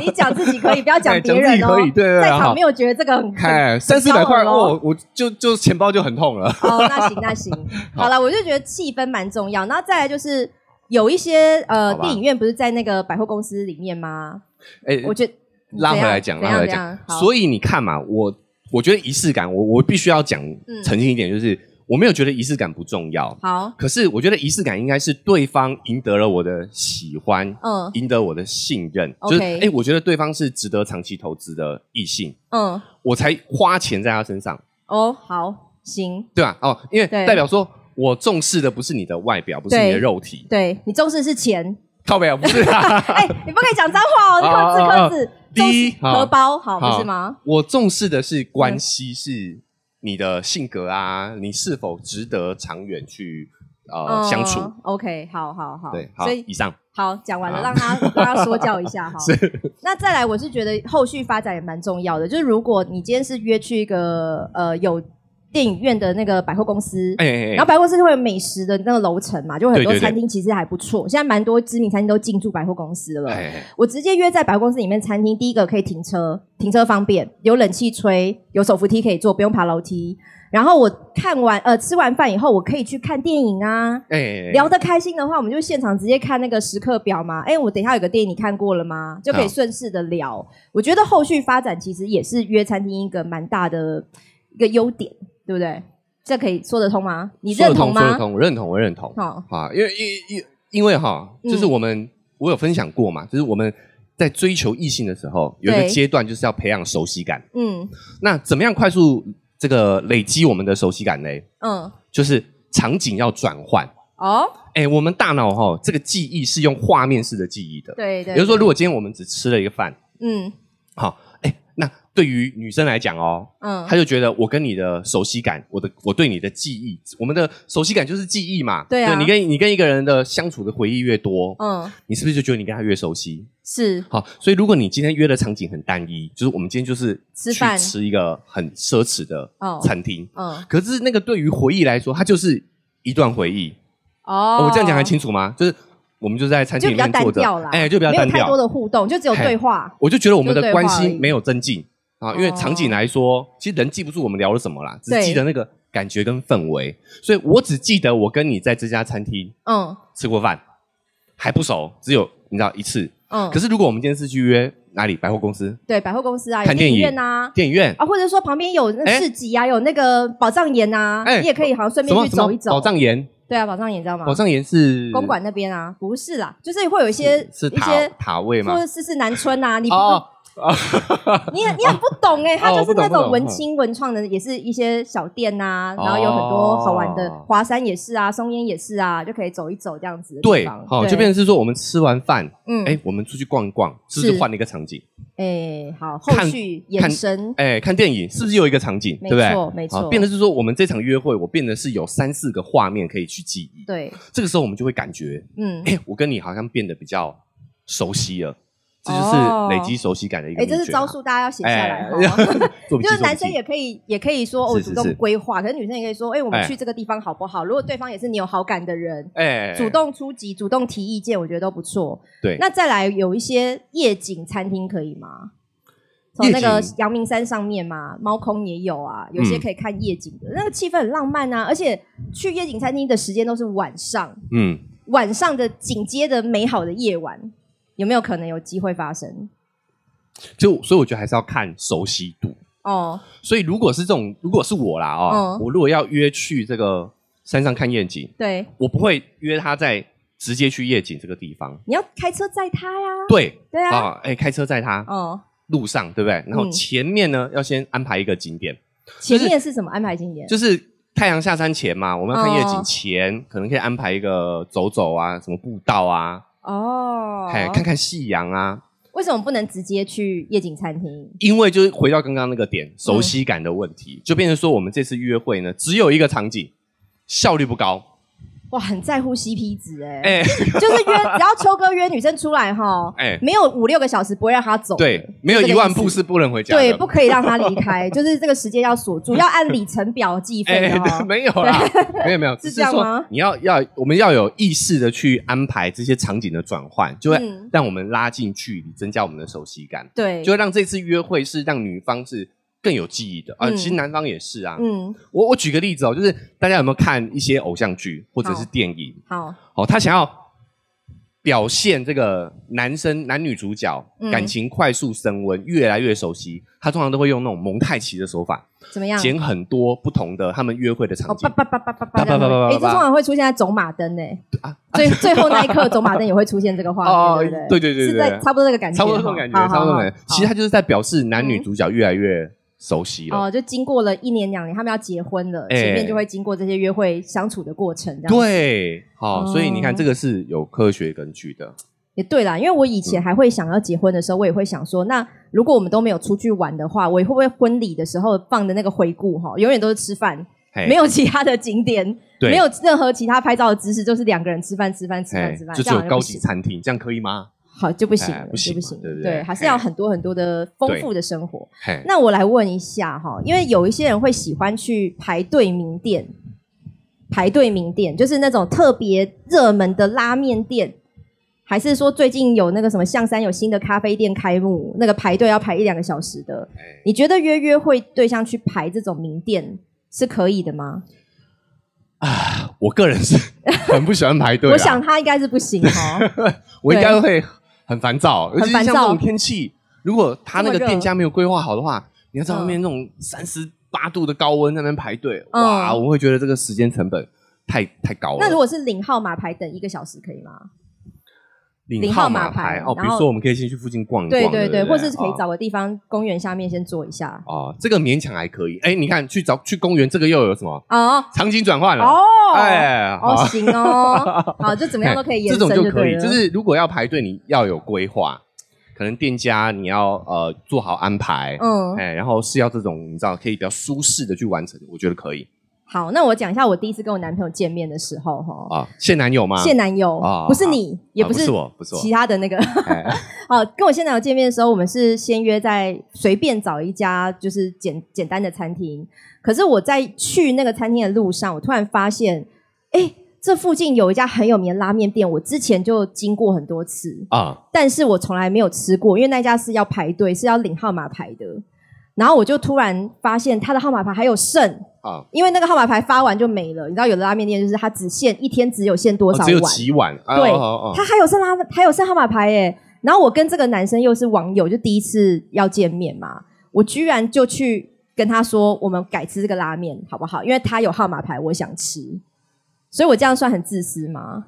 你讲自己可以，不要讲
哎
别人哦
自己可以，。对对
在
对，
场
哈
没有觉得这个很很
哎，三四百块
很高哦
哦，我就就钱包就很痛了。
哦，那行那行，好了，我就觉得气氛蛮重要。然后再来就是有一些呃
好吧
电影院不是在那个百货公司里面吗？
哎，
我觉得
拉回来讲，
怎
拉
样
回来
怎样
讲
怎样。好
所以你看嘛，我我觉得仪式感，我我必须要讲
嗯
澄清一点，就是我没有觉得仪式感不重要，
好，
可是我觉得仪式感应该是对方赢得了我的喜欢，
嗯
赢得我的信任，
OK
就是哎、诶我觉得对方是值得长期投资的异性，
嗯，
我才花钱在他身上，
哦，好，行，
对吧、哦，因为
对
代表说我重视的不是你的外表，不是
对
你的肉体，
对你重视是 钱，
靠背啊，不是 啊，
哎，你不可以讲脏话
哦哦哦
哦，克制克制，重
第一
视
好
荷包嗯好
好
不是吗？
我重视的是关系，是你的性格啊，你是否值得长远去呃、
嗯
相处。
OK，好好好，
对，好，
所以
以上
好讲完了，
好
让 他让他说教一下哈。那再来，我是觉得后续发展也蛮重要的，就是如果你今天是约去一个呃有电影院的那个百货公司。
哎哎
然后
哎，
百货公司会有美食的那个楼层嘛，就会很多
对对对
餐厅其实还不错。现在蛮多知名餐厅都进驻百货公司了。
哎哎
我直接约在百货公司里面餐厅，第一个可以停车，停车方便，有冷气吹，有手扶梯可以坐，不用爬楼梯。然后我看完呃吃完饭以后，我可以去看电影啊。
哎哎，
聊得开心的话，我们就现场直接看那个时刻表嘛。哎，我等一下有个电影你看过了吗？就可以
好
顺势的聊。我觉得后续发展其实也是约餐厅一个蛮大的一个优点，对不对？这可以说得通吗？你
说
认
得通说得
吗？
通，我认同，我认同。
好，
啊，因为因因因为哈，
嗯
就是我们我有分享过嘛，就是我们在追求异性的时候，有一个
对
阶段就是要培养熟悉感。
嗯
那怎么样快速这个累积我们的熟悉感呢？
嗯，
就是场景要转换。
哦，
哎、我们大脑哈、这个记忆是用画面式的记忆的。
对对，
比如说，如果今天我们只吃了一个饭，
嗯
好，哎、那对于女生来讲哦，
嗯
她，就觉得我跟你的熟悉感，我的我对你的记忆，我们的熟悉感就是记忆嘛。
对啊
你跟你跟一个人的相处的回忆越多，
嗯
你是不是就觉得你跟他越熟悉？
是
好，所以如果你今天约的场景很单一，就是我们今天就是
吃
去
饭
吃一个很奢侈的
哦
餐厅，
嗯
可是那个对于回忆来说，它就是一段回忆。
哦，
我这样讲还清楚吗？就是我们就在餐
就
厅
比较
里面
单
坐着
调啦，，
哎，就比较
没有
单
太多
调。
的互动，就只有
嘿
对话，
我就觉得我们
就
的
对
关
话而
系
已
没有增进啊，因为
哦
场景来说，其实人记不住我们聊了什么啦，只
对
记得那个感觉跟氛围。所以我只记得我跟你在这家餐厅
嗯
吃过饭，还不熟，只有你知道一次。
嗯，
可是如果我们今天是去约哪里百货公司、
对百货公司啊，有
看电
电影
影
院啊。
电影院，
啊，或者说旁边有那
哎
市集啊，有那个宝藏岩啊，
哎
你也可以好像顺
什
便
么
去
什
走一
么
走。
宝藏岩，
对啊，宝藏岩你知道吗？
宝藏岩是
公馆那边啊，不是啦，就是会有一些
是
一
塔
些
塔位
或
吗？
者四四南村 啊，你不、
哦，
你也你很不懂哎、欸，它
哦
就是
不懂
那
不
种
懂
文
嗯
青文创的，也是一些小店呐、然后有很多好玩的，
哦
华山也是啊，松烟也是啊，就可以走一走这样子的地
对，
方。
好，就变成是说我们吃完饭，
嗯
哎，我们出去逛一逛，是不是
是
换了一个场景？
哎、好，后
看
续延伸，
哎，看电影是不是又一个场景？
没
对不对？
错没
好
错
变得是说我们这场约会，我变得是有三四个画面可以去记忆。
对，
这个时候我们就会感觉，
嗯，
哎，我跟你好像变得比较熟悉了，这就是
哦
累积熟悉感的
哎、
一个秘诀
这
啊。
是招数，大家要写下来啊
哎。
哈。，
做笔记
就是男
做
生
笔记
也可以，也可以说哦，
是是
主动
是
规划。可是女生也可以说，哎、我们
哎
去这个地方好不好？如果对方也是你有好感的人，
哎
主动出击、主动提意见，我觉得都不错。
对
那再来有一些夜景餐厅可以吗？从那个
夜景嗯
阳明山上面嘛，猫空也有啊，有些可以看夜景的，那个气氛很浪漫啊。而且去夜景餐厅的时间都是晚上，
嗯。
晚上的紧接着美好的夜晚，有没有可能有机会发生？
就所以我觉得还是要看熟悉度。
哦，
所以如果是这种，如果是我啦哦，
嗯
我如果要约去这个山上看夜景，
对，
我不会约他在直接去夜景这个地方。
你要开车载他呀，
对
对啊，
啊，哎、开车载他
哦，
路上，对不对？然后
嗯
前面呢、要先安排一个景点，
前面是什么安排景点？
就是太阳下山前嘛，我们要看夜
哦
景前，可能可以安排一个走走啊，什么步道啊，
哦，
哎、看看夕阳啊。
为什么不能直接去夜景餐厅？
因为就是回到刚刚那个点，熟悉感的问
嗯
题，就变成说我们这次约会呢，只有一个场景，效率不高。
哇，很在乎 CP 值哎、
哎、
就是约，只要秋哥约女生出来哈，
哎
没有五六个小时不会让她走，
对，没有
这个
一万
意思
步是不能回家的。
对，不可以让她离开，就是这个时间要锁 住，要按里程表计哦费的
哎、
哈。
没有啦，没有 没有，
是
只
这样
说
吗
你要要，我们要有意识的去安排这些场景的转换，就会
嗯
让我们拉近距离，增加我们的熟悉感，
对，
就会让这次约会是让女方是更有记忆的啊、
嗯
其实男方也是啊。
嗯，
我我举个例子哦，就是大家有没有看一些偶像剧或者
好
是电影？
好，
哦，他想要表现这个男生男女主角、
嗯
感情快速升温，越来越熟悉，他通常都会用那种蒙太奇的手法，
怎么样？
剪很多不同的他们约会的
哦，
场景
叭。叭叭叭叭叭
叭叭叭叭
哎，
叭啊
这通常会出现在走马灯哎，最最后那一刻走马灯也会出现这个画
哦
面，对不啊
对
对
对对
是
对
在差不多那个感觉，
差不多这种感觉，
好
差不多这种感觉。其
好好
实。
好
他就是在表示男女主角越来越熟悉了。
哦，就经过了一年两年，他们要结婚了，
哎
前面就会经过这些约会相处的过程，这样子
对，好、
哦
所以你看这个是有科学根据的。
也对啦，因为我以
嗯
前还会想要结婚的时候，我也会想说，那如果我们都没有出去玩的话，我会不会婚礼的时候放的那个回顾哈，永远都是吃饭，
嘿
没有其他的景点，
哎对
没有任何其他拍照的姿势，就是两个人吃饭、吃饭、吃
嘿
饭、吃饭，
哎就
这
只
样好
有
像
高
不
级
行
餐厅，这样可以吗？
好就不行了，
哎
就
不
不
行
行
嘛，对不对
对，还是要
哎
很多很多的丰
对
富的生活。
嘿，
那我来问一下哈，因为有一些人会喜欢去排队名店，排队名店就是那种特别热门的拉面店，还是说最近有那个什么象山有新的咖啡店开幕，那个排队要排一两个小时的？
哎
你觉得约约会对象去排这种名店是可以的吗？
啊我个人是很不喜欢排队啊。
我想他应该是不行 哦。
我应该会很烦躁，尤其是
很
像
烦躁
这种天气，如果他那个店
这
家没有规划好的话，你要在外面那种三十八度的高温那边排队，
嗯
哇，我会觉得这个时间成本太太高了。
那如果是领号码牌等一个小时可以吗？
领
领
号
号
码
码牌
哦，比
然
如
后
说我们可以先去附近逛一逛，
对
对
对对，
不
或是可以
哦
找个地方公园下面先坐一下。
哦，这个勉强还可以。哎，你看去找去公园，这个又有什么
哦
场景转换了？
哦，
嗯哎，好
哦，行 哦，好，就怎么样都可以延
哎这
伸
种
就
就可
对
以，
了
就是如果要排队，你要有规划，可能店家你要呃做好安排，
嗯，
哎，然后是要这种你知道可以比较舒适的去完成，我觉得可以
好，那我讲一下我第一次跟我男朋友见面的时候哈，
啊。现男友吗？
现男友
啊
不是你，也
啊
是
不是我不是我
其他的那个。
哎
好，跟我现男友见面的时候，我们是先约在随便找一家就是简简单的餐厅。可是我在去那个餐厅的路上，我突然发现，哎，这附近有一家很有名的拉面店，我之前就经过很多次，
啊，
但是我从来没有吃过，因为那家是要排队，是要领号码牌的。然后我就突然发现他的号码牌还有剩
啊
因为那个号码牌发完就没了。你知道，有的拉面店就是它只限一天只有限多
哦
少碗，
只有几晚，啊
对
哦哦
他还有剩拉还有剩号码牌耶。然后我跟这个男生又是网友，就第一次要见面嘛，我居然就去跟他说，我们改吃这个拉面好不好？因为他有号码牌，我想吃，所以我这样算很自私吗？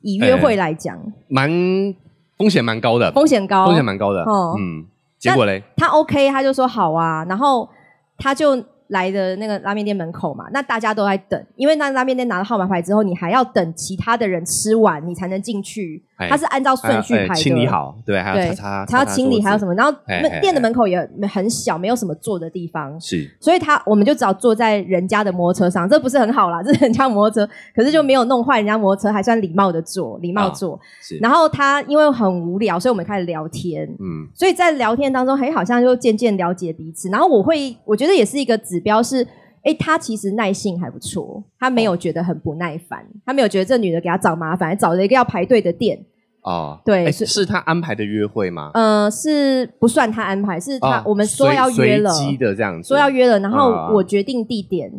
以约
哎
会来讲，
蛮风险蛮高的，
风险高，
风险蛮高的
哦，
嗯，结果嘞，
他 OK，他就说好啊，然后他就来的那个拉面店门口嘛，那大家都在等，因为那拉面店拿了号码牌之后，你还要等其他的人吃完，你才能进去
哎，
他是按照顺序
哎哎
排的。
清理好，对，还要
对
擦擦，
他要清理，还有什
么？
么？然后
哎哎
门店的门口也很小，没有什么坐的地方，
是
所以他我们就只好坐在人家的摩托车上，这不是很好啦，这是人家摩托车，可是就没有弄坏人家摩托车，还算礼貌的坐，礼
啊
貌坐。
是，
然后他因为很无聊，所以我们开始聊天，
嗯
所以在聊天当中，嘿，好像就渐渐了解彼此。然后我会，我觉得也是一个指标是，哎，他其实耐性还不错，他没有觉得很不耐烦，他没有觉得这女的给他找麻烦，还找了一个要排队的店。
哦，
对
哎
是
是他安排的约会吗？
呃，是不算他安排，是他、
哦
我们说
随
要约了，
随机的这样子，
说要约了，然后
啊
我决定地点，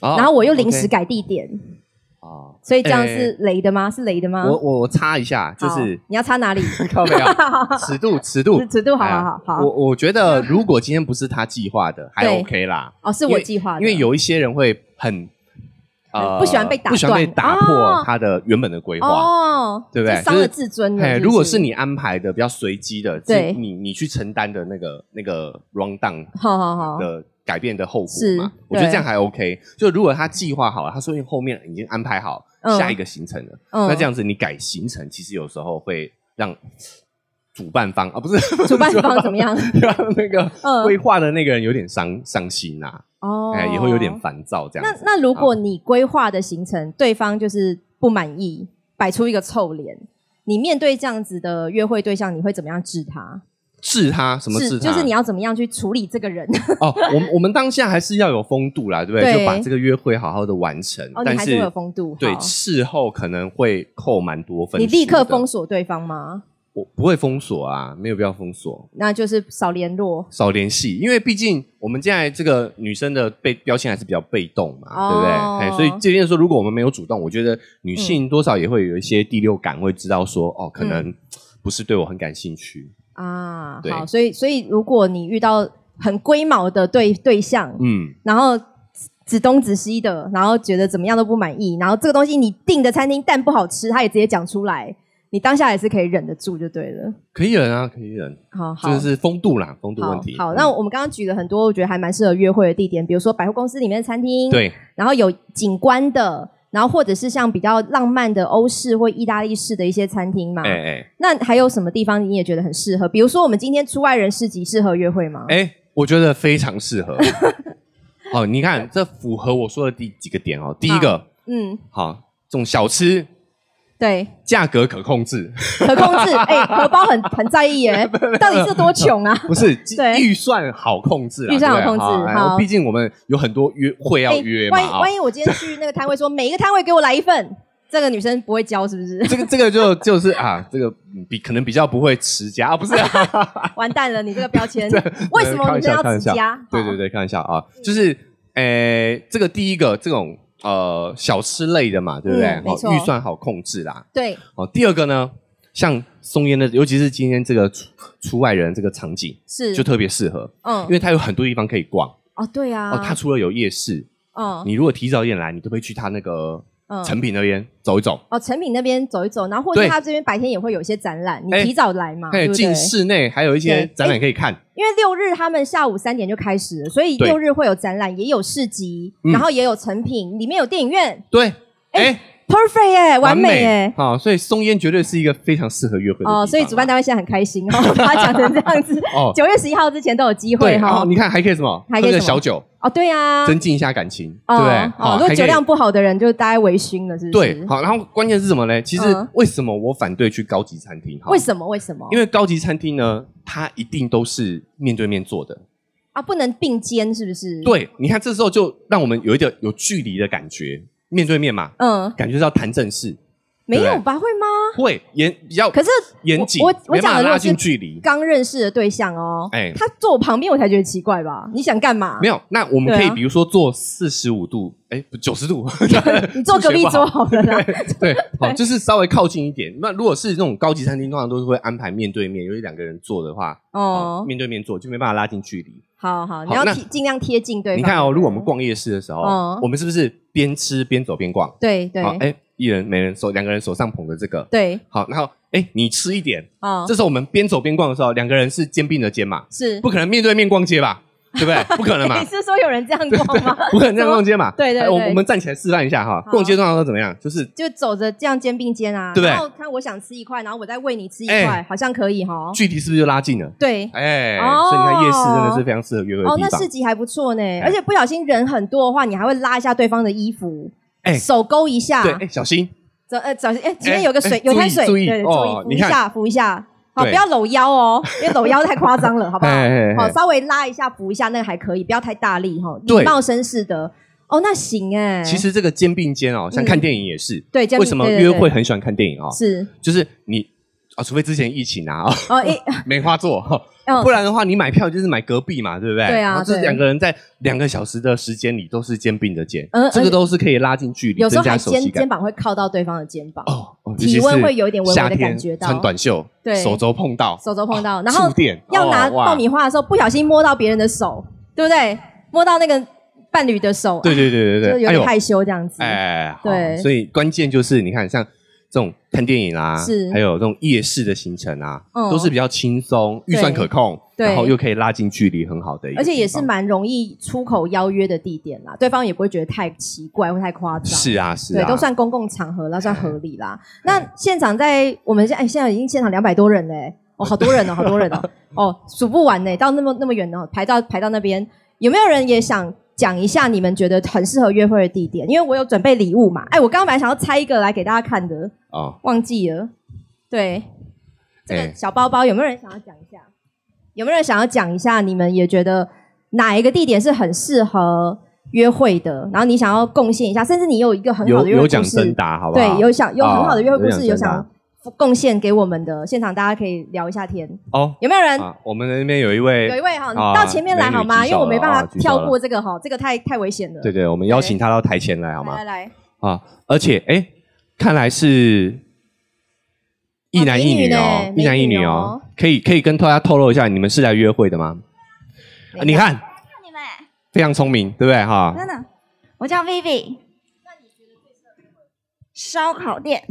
哦，
然后我又临时
OK
改地点，
哦
所以这样
哎
是雷的吗？是雷的吗？
我我我插一下，就
好
是
你要插哪里？
靠没有 尺度尺度
尺 度好
哎呀
好好好
我我觉得如果今天不是他计划的，还
对
OK 啦，
哦，是
因
我
为
计划的，
因为有一些人会很呃
不喜欢被打断
不喜欢被打破
哦
他的原本的规划。
哦，
对不对
这伤
就
了
是
自尊了。
哎，
不
如果是，你安排的比较随机的，
对
是你你去承担的那个那个 round down
好好好，
的改变的后果
是
嘛，我觉得
对
这样还 OK。就如果他计划好了，他说不定后面已经安排好
嗯
下一个行程了，
嗯
那这样子你改行程，其实有时候会让主办方啊，不是
主办 方怎么样？
让那个
嗯
规划的那个人有点伤伤心呐，
哦，
哎，也会有点。啊烦躁这
那
样子。
那如果你规划的行程，对方就是不满意，摆出一个臭脸，你面对这样子的约会对象，你会怎么样治他？
治他什么
治
治他？
就是你要怎么样去处理这个人？
哦，我们我们当下还是要有风度啦，对不对？
对
就把这个约会好好的完成，
哦，你
但
还是会有风度。
对
好
事后可能会扣蛮多分数
你
的。
立刻封锁对方吗？
我不会封锁啊，没有必要封锁，
那就是少联络。
少联系，因为毕竟我们现在这个女生的被标签还是比较被动嘛，
哦
对不对？哎，所以这件事说，如果我们没有主动，我觉得女性
嗯
多少也会有一些第六感，会知道说，哦，可能不是对我很感兴趣。
啊，
对
好，所以所以如果你遇到很龟毛的对对象，
嗯，
然后指东指西的，然后觉得怎么样都不满意，然后这个东西你订的餐厅但不好吃，他也直接讲出来，你当下也是可以忍得住就对了。
可以忍啊，可以忍，
好好，
这就是风度啦，风度
好
问题。
好，
嗯
那我们刚刚举了很多，我觉得还蛮适合约会的地点，比如说百货公司里面的餐厅，，
嗯对
然后有景观的。然后或者是像比较浪漫的欧式或意大利式的一些餐厅嘛，
哎哎
那还有什么地方你也觉得很适合？比如说我们今天出外人市集适合约会吗？
哎，我觉得非常 适合。哦，你看，这符合我说的第几个点哦。第一个，
嗯，
好，这种小吃
对，
价格可 控制，
可控 制，哎、荷包很很在意耶，到底是多穷啊？
不是
对
预算好控制啦，
预算好
对不
控
对
制
哎
好
毕竟我们有很多约会要
哎
约嘛
万一
啊。
万一我今天去那个摊位说，每一个摊位给我来一份，这个女生不会教是不 是？
这个这个就就是啊，这个嗯比可能比较不会持家啊，不是啊？
完蛋了，你这个标签
这，
为什么
开玩
女
笑
生要
开玩
持
笑
家？
对对对，开玩笑啊，就是诶，这个第一个这种呃小吃类的嘛，对不对？
嗯没
哦
错
预算好控制啦。
对，
哦，第二个呢，像松烟的，尤其是今天这个出出外人这个场景，
是，
就特别适合，
嗯
因，为它有很多地方可以逛。
哦对啊，
哦，它除了有夜市，
嗯
你如果提早一点来，你可不可以去它那个
嗯
成品那边走一走，
哦，成品那边走一走，然后或者
对
他这边白天也会有一些展览，你
哎
提早来嘛，
还
啊对
有
不
进
对？
室内，还有一些
对
展览可以看。
因为六日他们下午三点就开始了，所以
对
六日会有展览，也有市集，
嗯
然后也有成品，里面有电影院
对，哎，
，perfect 哎、完美哎、
好，所以松烟绝对是一个非常适合约会的地
哦，
方
所以主办
啊
单位现在很开心哦， 把它讲成这样子。
哦，
九月十一号之前都有机会
对，然
哈
后。你看还可以什么，
还
喝
可以
个
什么
小酒，
哦，对啊，
增进一下感情，对
哦
不对？
哦，
好
如果
还可以
酒量不好的人就大概微醺了，是不是？
对，好，然后关键是什么呢？其实
嗯
为什么我反对去高级餐厅？哈
为什么？为什么？
因为高级餐厅呢，它一定都是面对面坐的。
啊，不能并肩，是不是？，
对，你看这时候就让我们有一点有距离的感觉，面对面嘛，
嗯，
感觉是要谈正事，
没
对
有吧？会吗？
会严比较
啊可是
严谨，
我我我
没办
讲
法
的
拉
如果是
近距离。
刚认识的对象哦，
哎
他坐我旁边，我才觉得奇怪吧？你想干嘛？
没有，那我们可
对
以
啊
比如说坐四十五度，哎，不九 十度，
你坐隔壁桌好了 啦。
对，好，就是稍微靠近一点。那如果是那种高级餐厅，通常都是会安排面对面，由于两个人坐的话，哦
哦，，
面对面坐就没办法拉近距离。
好好，你
好
要
那
贴尽量贴近对方。
你看哦，如果我们，逛夜市的时候
嗯，
我们是不是边吃边走边逛？
对对
好，哎，一人每人手两个人手上捧着这个，
对
好，然后哎，你吃一点。
哦
这，时候我们边走边逛的时候，两个人是肩并着肩嘛，
是
不可能面对面逛街吧？对不对？不可能 嘛
你，是说有人这样逛吗？
不可 能这样逛街嘛。
对对
哎我
对
我们站起来示范一下哈，
好
逛街通常都怎么样？就是
就走着这样肩并肩啊，
对不对
然后看我想吃一块，然后我再喂你吃一
哎
块，好像可以哈。
距离是不是就拉近了？
对，
哎，
哦
所以你看夜市真的是非常适合约会的
哦，
地
那
方哎
市。集还不错呢，而且不小心人很多的话，你还会拉一下对方的衣服，
哎
手勾一下，
对，哎，小心，
走呃走，哎，前面有个
哎
水
哎，
有滩水，
注意
对对，
注意哦
注意，扶一
你看
下，扶一下，好，不
对
要搂腰哦，因为搂腰太夸张了，好不好
哎哎哎？
好，稍微拉一下，扶一下，那个还可以，不要太大力哈，
对
礼貌绅士的。哦，那行哎，
其实这个肩并肩哦，像
嗯
看电影也是。
对，这样
为什么
对对
约
对
会很喜欢看电影哦？
是
就是你啊，除非之前疫情啊， 哦
哦， 一
没话做，哦
嗯
不然的话你买票就是买隔壁嘛，对不对？
对啊
然后这
对
两个人在两个小时的时间里都是肩并着肩
嗯而，且
这个都是可以拉近距离，
有时候
增加
还
熟
肩
悉
肩
感。
膀会靠到对方的肩膀，
哦，哦
体
尤其
温
是
会有一点微微地
夏天
感觉到
穿短袖，
对
手肘碰到，
手肘碰到，然
哦触
后
电，
要拿
哦哇
爆米花的时候，不小心摸到别人的手，对不对？摸到那个伴侣的手，啊
对对对对
就
对，
有
哎呦
点害羞这样子。
哎，好
对
所以关键就是你看，像这种看电影啊，
是
还有这种夜市的行程啊，
嗯
都是比较轻松，预
对
算可控，
对
然后又可以拉近距离，很好的一个
而
地方，
且也是蛮容易出口邀约的地点啦，对方也不会觉得太奇怪或太夸张。
是啊是
对，
啊，嗯
都算公共场合啦，算合理啦。那现场在我们现哎，现在已经现场两百多人嘞、哦，好多人 哦，好多人哦，哦，数不完呢、到那么那么远哦，排到排到那边，有没有人也想讲一下你们觉得很适合约会的地点？因为我有准备礼物嘛，哎，我刚刚本来想要猜一个来给大家看的，
哦，
忘记了。对，这
哎
个小包包有没有人想要讲一下？有没有人想要讲一下？你们也觉得哪一个地点是很适合约会的？然后你想要贡献一下，甚至你有一个很好
有
的约会
有
故
奖
事
征，答，好不好？
对，有想有很好的约会故
哦
事，
有
有
奖征答
想贡献给我们的，现场大家可以聊一下天。
哦
有没有人？
啊，我们那边有一位
有一，位哈，
啊
你到前面来好吗？
美女举
因
手
为我没办
了
法
啊举手
跳
了
过这个哈，这个太太危险了。
对对，我们邀请他到台前来，好
来
吗
来？来，
啊，而且哎，看来是。一男一女
美
哦
女，呢
一男一
美
女
女
哦
哦，
可以可以跟大家透露一下，你们是来约会的吗？啊你看，
你们哎
非常聪明，对不对哈？
真的，我叫 Vivi。烧烤店，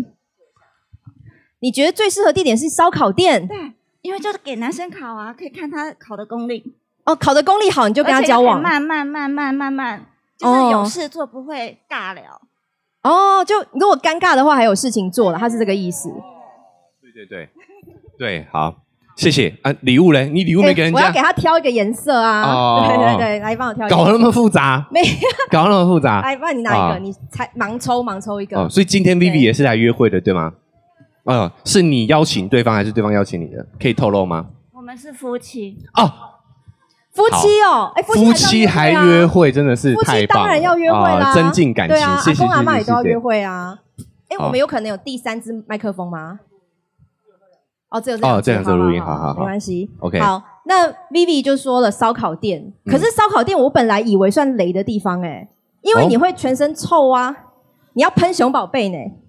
你觉得最适合地点是烧烤店
对，因为就是给男生烤啊，可以看他烤的功力，
哦，烤的功力好，你就
就
跟他交往。
慢慢慢慢慢慢，就是
哦
有事做不会尬聊。
哦，就如果尴尬的话，还有事情做了，他是这个意思。
对对对，对，好，谢谢啊。礼物嘞，你礼物没给人
我
家
要给，他挑一个颜色啊！
哦
对对对，来帮我挑一个。
搞得那么复 杂，
没有？
搞得那么复杂
来，不然你拿一
啊
个，你猜盲抽盲抽一个。
哦。所以今天 Vivi
对
也是来约会的，对吗？哦，是你邀请对方，还是对方邀请你的？可以透露吗？
我们是夫妻，
哦，
夫妻哦，哎，
夫妻还
要约
约
会
会，真的是
夫妻
太棒了，
当然要约会啦
啊增进感
啊
情
对啊，，
谢
阿
谢
公阿
谢
妈
谢
也都要
谢
约
谢。
会啊。哎，
好
我们有可能有第三支麦克风吗？哦，这有
哦这两
支
支录音好好
没
好
关系。
OK 嗯
好，那 Vivi 就说了烧烤店，可是烧烤店我本来以为算雷的地方哎、因为
哦
你会全身臭啊，你要喷熊宝贝呢。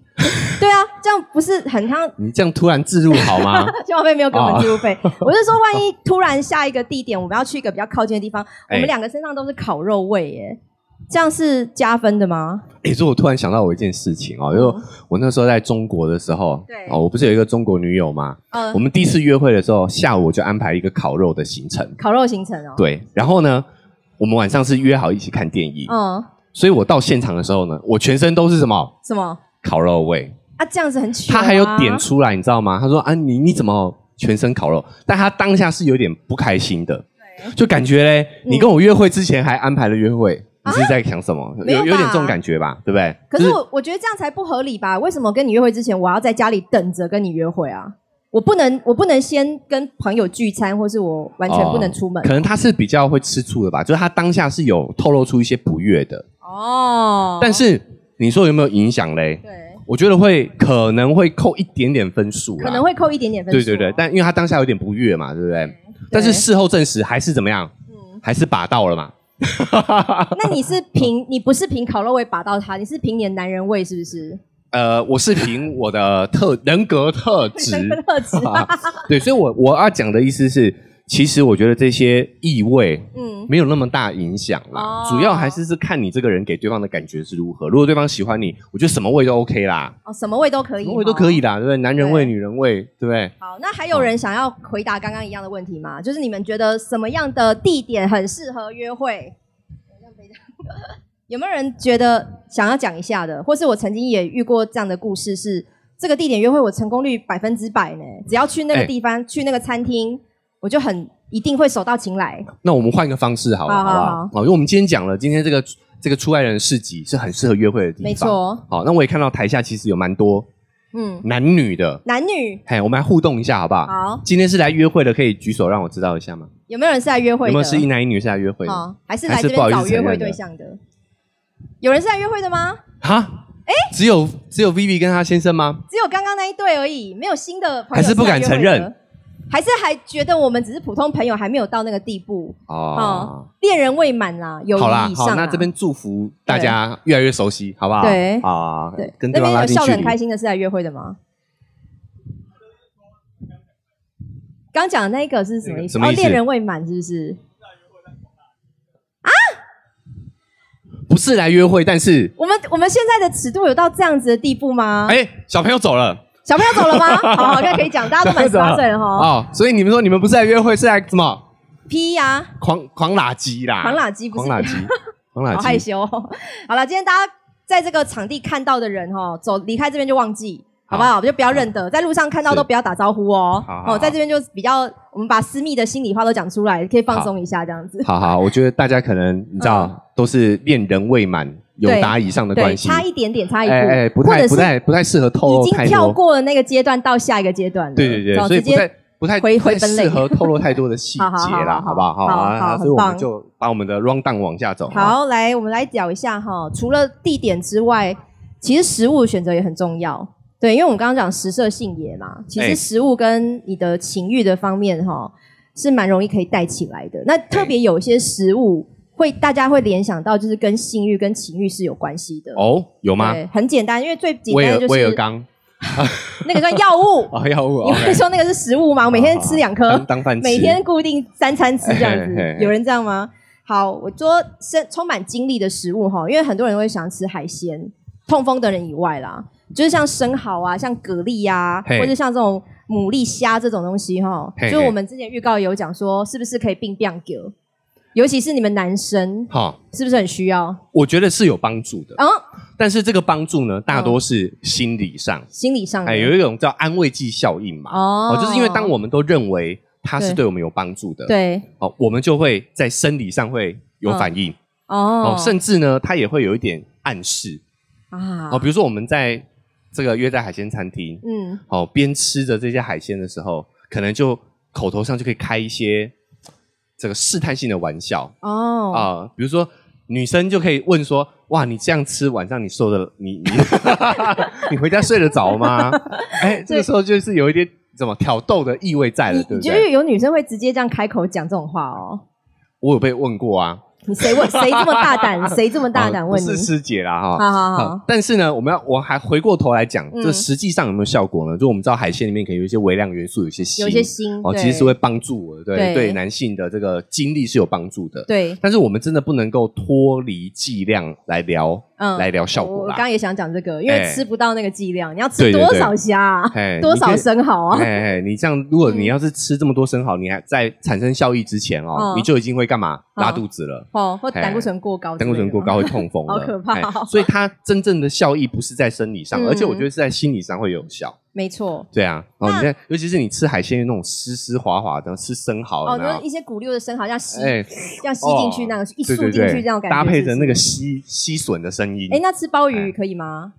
对啊，这样不是很像
你这样突然置入 好吗？
熊宝贝没有给我
哦
们记录费。我是说，万一突然下一个地点我们要去一个比较靠近的地方，我
哎
们两个身上都是烤肉味耶、这样是加分的吗？
诶，所以我突然想到我一件事情哦，因为
嗯
我那时候在中国的时候，
对
哦，我不是有一个中国女友吗？
嗯
我们第一次约会的时候，下午我就安排一个烤肉的行程，
烤肉行程哦。，
对，然后呢，我们晚上是约好一起看电影，
嗯，
所以我到现场的时候呢，我全身都是什么
什么
烤肉味，
啊？这样子很糗啊。
他还有点出来，你知道吗？他说啊，你你怎么全身烤肉？但他当下是有点不开心的，就感觉嘞，
嗯
你跟我约会之前还安排了约会，你是在想什么？
啊没有吧
有有点这种感觉吧，对不对？
可
就是
我我觉得这样才不合理吧？为什么跟你约会之前，我要在家里等着跟你约会啊？我不能，我不能先跟朋友聚餐，或是我完全不能出门
可能他是比较会吃醋的吧，就是他当下是有透露出一些不悦的，
哦。
但是你说有没有影响嘞？
对，
我觉得会可能会扣一点点分数啦，
可能会扣一点点分数
对
哦。
对对，但因为他当下有点不悦嘛，对不对？但是事后证实还是怎么样？还是把到了嘛？
嗯那你是凭你不是凭烤肉味拔到他，你是凭你的男人味是不是？
呃，我是凭我的特人格特 质，啊
特质，啊
对，所以我我要讲的意思是，其实我觉得这些意味
嗯，
没有那么大影响啦，
哦
主要还是是看你这个人给对方的感觉是如何。如果对方喜欢你，我觉得什么味都 OK 啦，
哦，什么味都可以，
什么味都可以。啦，对不对？男人味、女人味，对不对？
好，那还有
嗯
人想要回答刚刚一样的问题吗？就是你们觉得什么样的地点很适合约会？ 有没有人觉得想要讲一下的？或是我曾经也遇过这样的故事是，这个地点约会我成功率百分之百呢，只要去那个
哎
地方、去那个餐厅，我就很一定会手到擒来。
那我们换个方式好了，
好
好
好
不好？
好
好，因为我们今天讲了，今天这个这个出外人市集是很适合约会的地方。
没。错，
好，那我也看到台下其实有蛮多
嗯，
男女的，
男女
嘿，我们来互动一下好不好？
好，
今天是来约会的，可以举手让我知道一下吗？
有没有人是来约会的？
有没有是一男一女是来约会的？
哦，还是
还
来
是
这边
不好意思
找约
承
会
认的
对象的？有人是来约会的吗？
哈？哎，只有只有 Vivi 跟她先生吗？
只有刚刚那一对而已，没有新的朋友
还是不敢承认
是来约会的，还是还觉得我们只是普通朋友，还没有到那个地步，
哦，
恋人未满啦，友谊
好啦，
以上啊
好，
啦
那这边祝福大家越来越熟悉，好不好？
对
啊，
对，
跟
那
对
边
方拉
有
近
笑
距
得很
离。
开心的是来约会的吗？刚讲的那一个是什么意思？
那个什么意
哦，
思
恋人未满是不是？
不是来约会，但是
我们我们现在的尺度有到这样子的地步吗？
哎，小朋友走了
小朋友走了 吗？好好，那可以讲，大家都满十八岁了哈。
哦，所以你们说你们不是来约会，是来什么？
P 呀、
狂狂拉鸡啦，
狂垃圾不
狂
是
拉鸡，狂拉
好害
鸡。
羞、 哦。好了，今天大家在这个场地看到的人哦，走离开这边就忘记，好不好？就不要认得，在路上看到
是
都不要打招呼哦。
好好好
哦，在这边就比较，我们把私密的心里话都讲出来，可以放松一下这样子。
好好，我觉得大家可能你知道，都是恋人未满、有
嗯对
达以上 的
对，
关系，
差一点点，差一步，
哎哎，不
或者
太不
是
太不太适合透露
已
太
经跳
多。
过了那个阶段，到下一个阶段了。
对对
走
对，所以
直
不太
接
不太
回
不太
回分类
适合透露太多的细节
好好好
啦，
好
好不好？
好
啊
好
所以
很
我们
棒
就把我们的 round down 往下走。
好，来我们来讲一下哈，除了地点之外，其实食物选择也很重要。对，因为我们刚刚讲食色性也嘛，其
哎
实食物跟你的情欲的方面哈，是蛮容易可以带起来的。
哎
那特别有一些食物会大家会联想到，就是跟性欲跟情欲是有关系的。
哦，有吗？
对，很简单，因为最简
威
单的
尔
就
威尔
是
刚
那个叫药
。
物
啊，药物
你会
OK
说那个是食物吗？我每天
哦好好
吃两颗
当，当饭吃，
每天固定三餐吃这样子
嘿嘿嘿，
有人这样吗？好，我说是充满精力的食物哈，因为很多人会想吃海鲜，痛风的人以外啦，就是像生蚝啊，像蛤蜊啊，
嘿
或者像这种牡蛎虾这种东西哈，
嘿嘿
就是我们之前预告有讲说，是不是可以病变狗？尤其是你们男生，
哈，
是不是很需要？
我觉得是有帮助的。
嗯，
但是这个帮助呢，大多是心理上，
心理上的
哎，有一种叫安慰剂效应嘛。
哦
哦，就是因为当我们都认为它是
对
对我们有帮助的，，
对
哦，我们就会在生理上会有反应，
哦
哦，甚至呢，它也会有一点暗示，
啊
哦，比如说我们在这个约在海鲜餐厅，
嗯
哦，边吃着这些海鲜的时候，可能就口头上就可以开一些这个试探性的玩笑啊、
哦，
比如说女生就可以问说：“哇，你这样吃，晚上你瘦的，你你 你回家睡得 着吗？”哎，这个时候就是有一点怎么挑逗的意味在了，对
你
不
觉得
对？
有女生会直接这样开口讲这种话哦？
我有被问过啊，
你谁 问谁这么大胆？谁这么大胆问
啊
你？
不是师姐啦哈。
好好好，
但是呢，我们要我还回过头来讲，
嗯
这实际上有没有效果呢？就我们知道海鲜里面可能有一些微量元素，有一些锌，
有一些心
哦，
对
其实是会帮助我的，对
对
对，男性的这个精力是有帮助的。
对，
但是我们真的不能够脱离剂量来聊
嗯
来聊效
我
果
我
啦
刚。刚也想讲这个，因为
哎
吃不到那个剂量，你要吃
对对
多
对
少虾啊？
哎
多少
你可以
生嗯蚝啊？
哎哎，你这样，如果你要是吃这么多生蚝，你还在产生效益之前哦，
嗯
你就已经会干嘛？
嗯
拉肚子了。
哦，或
哎
胆固醇过高之
胆
类的吗，
固醇过高会痛风的，
好可怕哦
哎所以它真正的效益不是在生理上，
嗯
而且我觉得是在心理上会有效。
没错。
对啊，哦，
那
你看，尤其是你吃海鲜那种湿湿滑滑的，吃生蚝，
哦，
有没有
就是一些骨溜的生蚝，要吸，
哎，
要吸进去
哦
那种，一
对
吸
对
进
对，
去这样感觉，
搭配着那
个。
个吸吸吮的声音。
哎，那吃鲍鱼
哎
可以吗？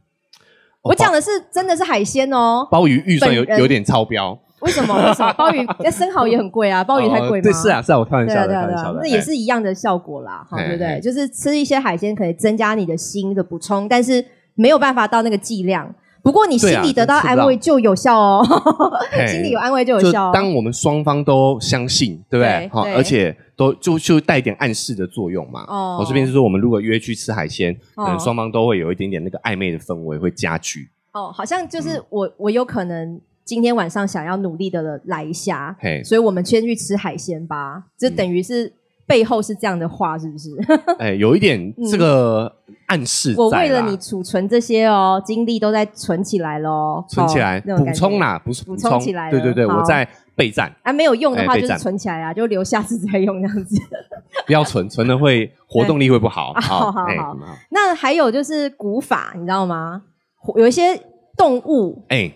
哦
我讲的是真的是海鲜哦，
鲍鲍鱼预算有
本人
有点超标，
为什么？为什么鲍鱼？那生蚝也很贵啊，鲍鱼太贵 吗？
哦对，是啊，是啊，我开玩
对
笑
啊，
的，
对
开
啊，对
玩
啊
笑，的，
那也
哎
是一样的效果啦，哈，
哎
对不
哎
对？就是吃一些海鲜可以增加你的锌的补充，但是没有办法到那个剂量。不过你
对
心
啊
里得到
吃不
安慰就有效哦，
嘿
心里有安慰就有
就
效哦。
当我们双方都相信，对不对
对？
好，
对
而且都就就带一点暗示的作用嘛。
哦
我这边是说，我们如果约去吃海鲜，
哦
可能双方都会有一点点那个暧昧的氛围会加 剧。
哦，好像
嗯
就是我，我有可能今天晚上想要努力的来一下
嘿，嗯
所以我们先去吃海鲜吧。就等于是背后是这样的话，是不是？
哎，有一点这个暗示在啦。
嗯我为了你储存这些哦，精力都在存起来喽，
存起来
哦那种
补
感觉
充啦，不是
补
充
充起来了
对对对，
好
我在 备战，
啊，没有用的
哎
话
备
就是
战
存起来啊，就留下次再用这样子。
不要存，存了会活动力会不好。
好好
哎
好那还有就是古法，你知道吗？有一些动物，
哎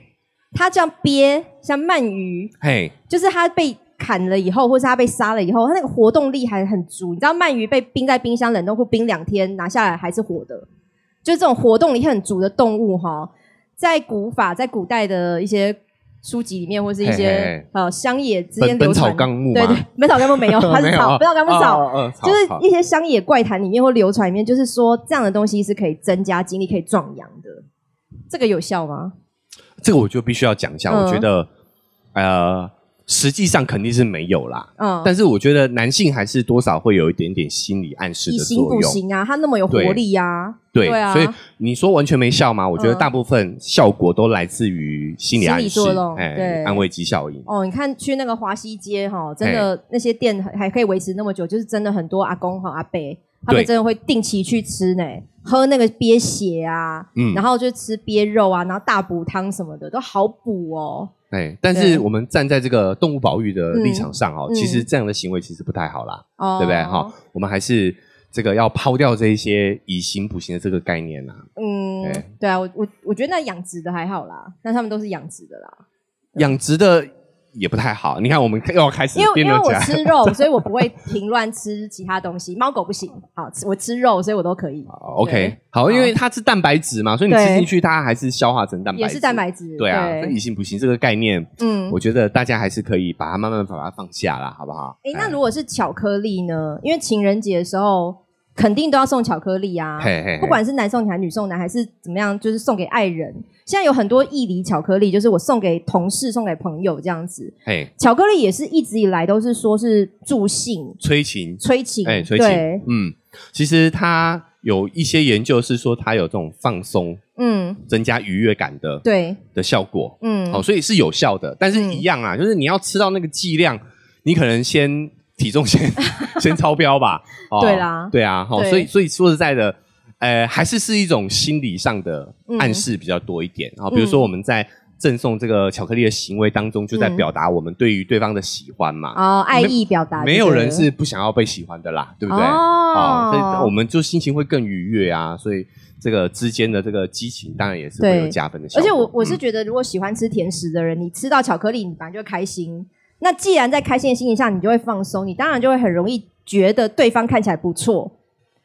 它这样憋，像鳗鱼，
嘿，
就是它被砍了以后，或是它被杀了以后，它那个活动力还很足。你知道鳗鱼被冰在冰箱冷冻库冰两天，拿下来还是活的，就是这种活动力很足的动物哈，在古法在古代的一些。书籍里面，或是一些
嘿嘿嘿
呃乡野之间
本
流
本
传
草，纲目
对
嘛
对，，本草纲目没有，它是
没有
草，
啊
本草纲目是草，
哦哦哦草
就是
草
一些乡野怪谈里面或流传里面，就是说这样的东西是可以增加精力、可以壮阳的。这个有效吗？
这个我就必须要讲一下，
嗯
我觉得呃，实际上肯定是没有啦。
嗯，
但是我觉得男性还是多少会有一点点心理暗示
以
的
形
作
补
用，
形啊，它那么有活力呀、
对，
对啊
所以你说完全没效吗？我觉得
嗯
大部分效果都来自于心理暗示
心理作用，对
哎，安慰剂效应。
哦，你看去那个华西街哈，真的那些店还还可以维持那么久，就是真的很多阿公和阿伯，他们
对
真的会定期去吃呢，喝那个鳖血啊，
嗯
然后就吃鳖肉啊，然后大补汤什么的都好补哦。
哎，但
对
是我们站在这个动物保育的立场上哦
嗯，
其实这样的行为其实不太好啦，
哦，
对不对？哈，，我们还是这个要抛掉这一些以形补形的这个概念啊。
嗯
对，
对啊，我我我觉得那养殖的还好啦，但他们都是养殖的啦。
养殖的也不太好，你看我们又要开始
因为
辩
因为
论起
我
来。
吃肉，所以我不会评乱吃其他东西。猫狗不行，好，吃我吃肉，所以我都可以，
哦 OK，
对
好，因为它是蛋白质嘛，所以你吃进去，它还是消化成蛋白质，
也是蛋白质。
对啊，这以形补形这个概念，
嗯，
我觉得大家还是可以把它慢慢把它放下啦，好不好？哎
诶，那如果是巧克力呢？因为情人节的时候肯定都要送巧克力啊，
嘿嘿嘿
不管是男送女还是女送男，还是怎么样，就是送给爱人。现在有很多义理巧克力，就是我送给同事、送给朋友这样子。
嘿
巧克力也是一直以来都是说是助兴、
催情，
催情，
哎，催情
对，，
嗯，其实它有一些研究是说它有这种放松、
嗯，
增加愉悦感的
对，
的效果，
嗯，
好，所以是有效的，但是一样啊，就是你要吃到那个剂量，你可能先体 重先先超标吧，哦
对啦
对啊，好，
对
所以所以说实在的。呃，还是是一种心理上的
嗯
暗示比较多一点好，比如说我们在赠送这个巧克力的行为当中，就在
嗯
表达我们对于对方的喜欢嘛。
哦，爱意表达，
没有人是不想要被喜欢的啦，对不对？
哦
啊，所以我们就心情会更愉悦啊，所以这个之间的这个激情当然也是会
对
有加分的
而
效果。
且我我是
嗯
觉得，如果喜欢吃甜食的人，你吃到巧克力，你本来就会开心。那既然在开心的心情下，你就会放松，你当然就会很容易觉得对方看起来不错。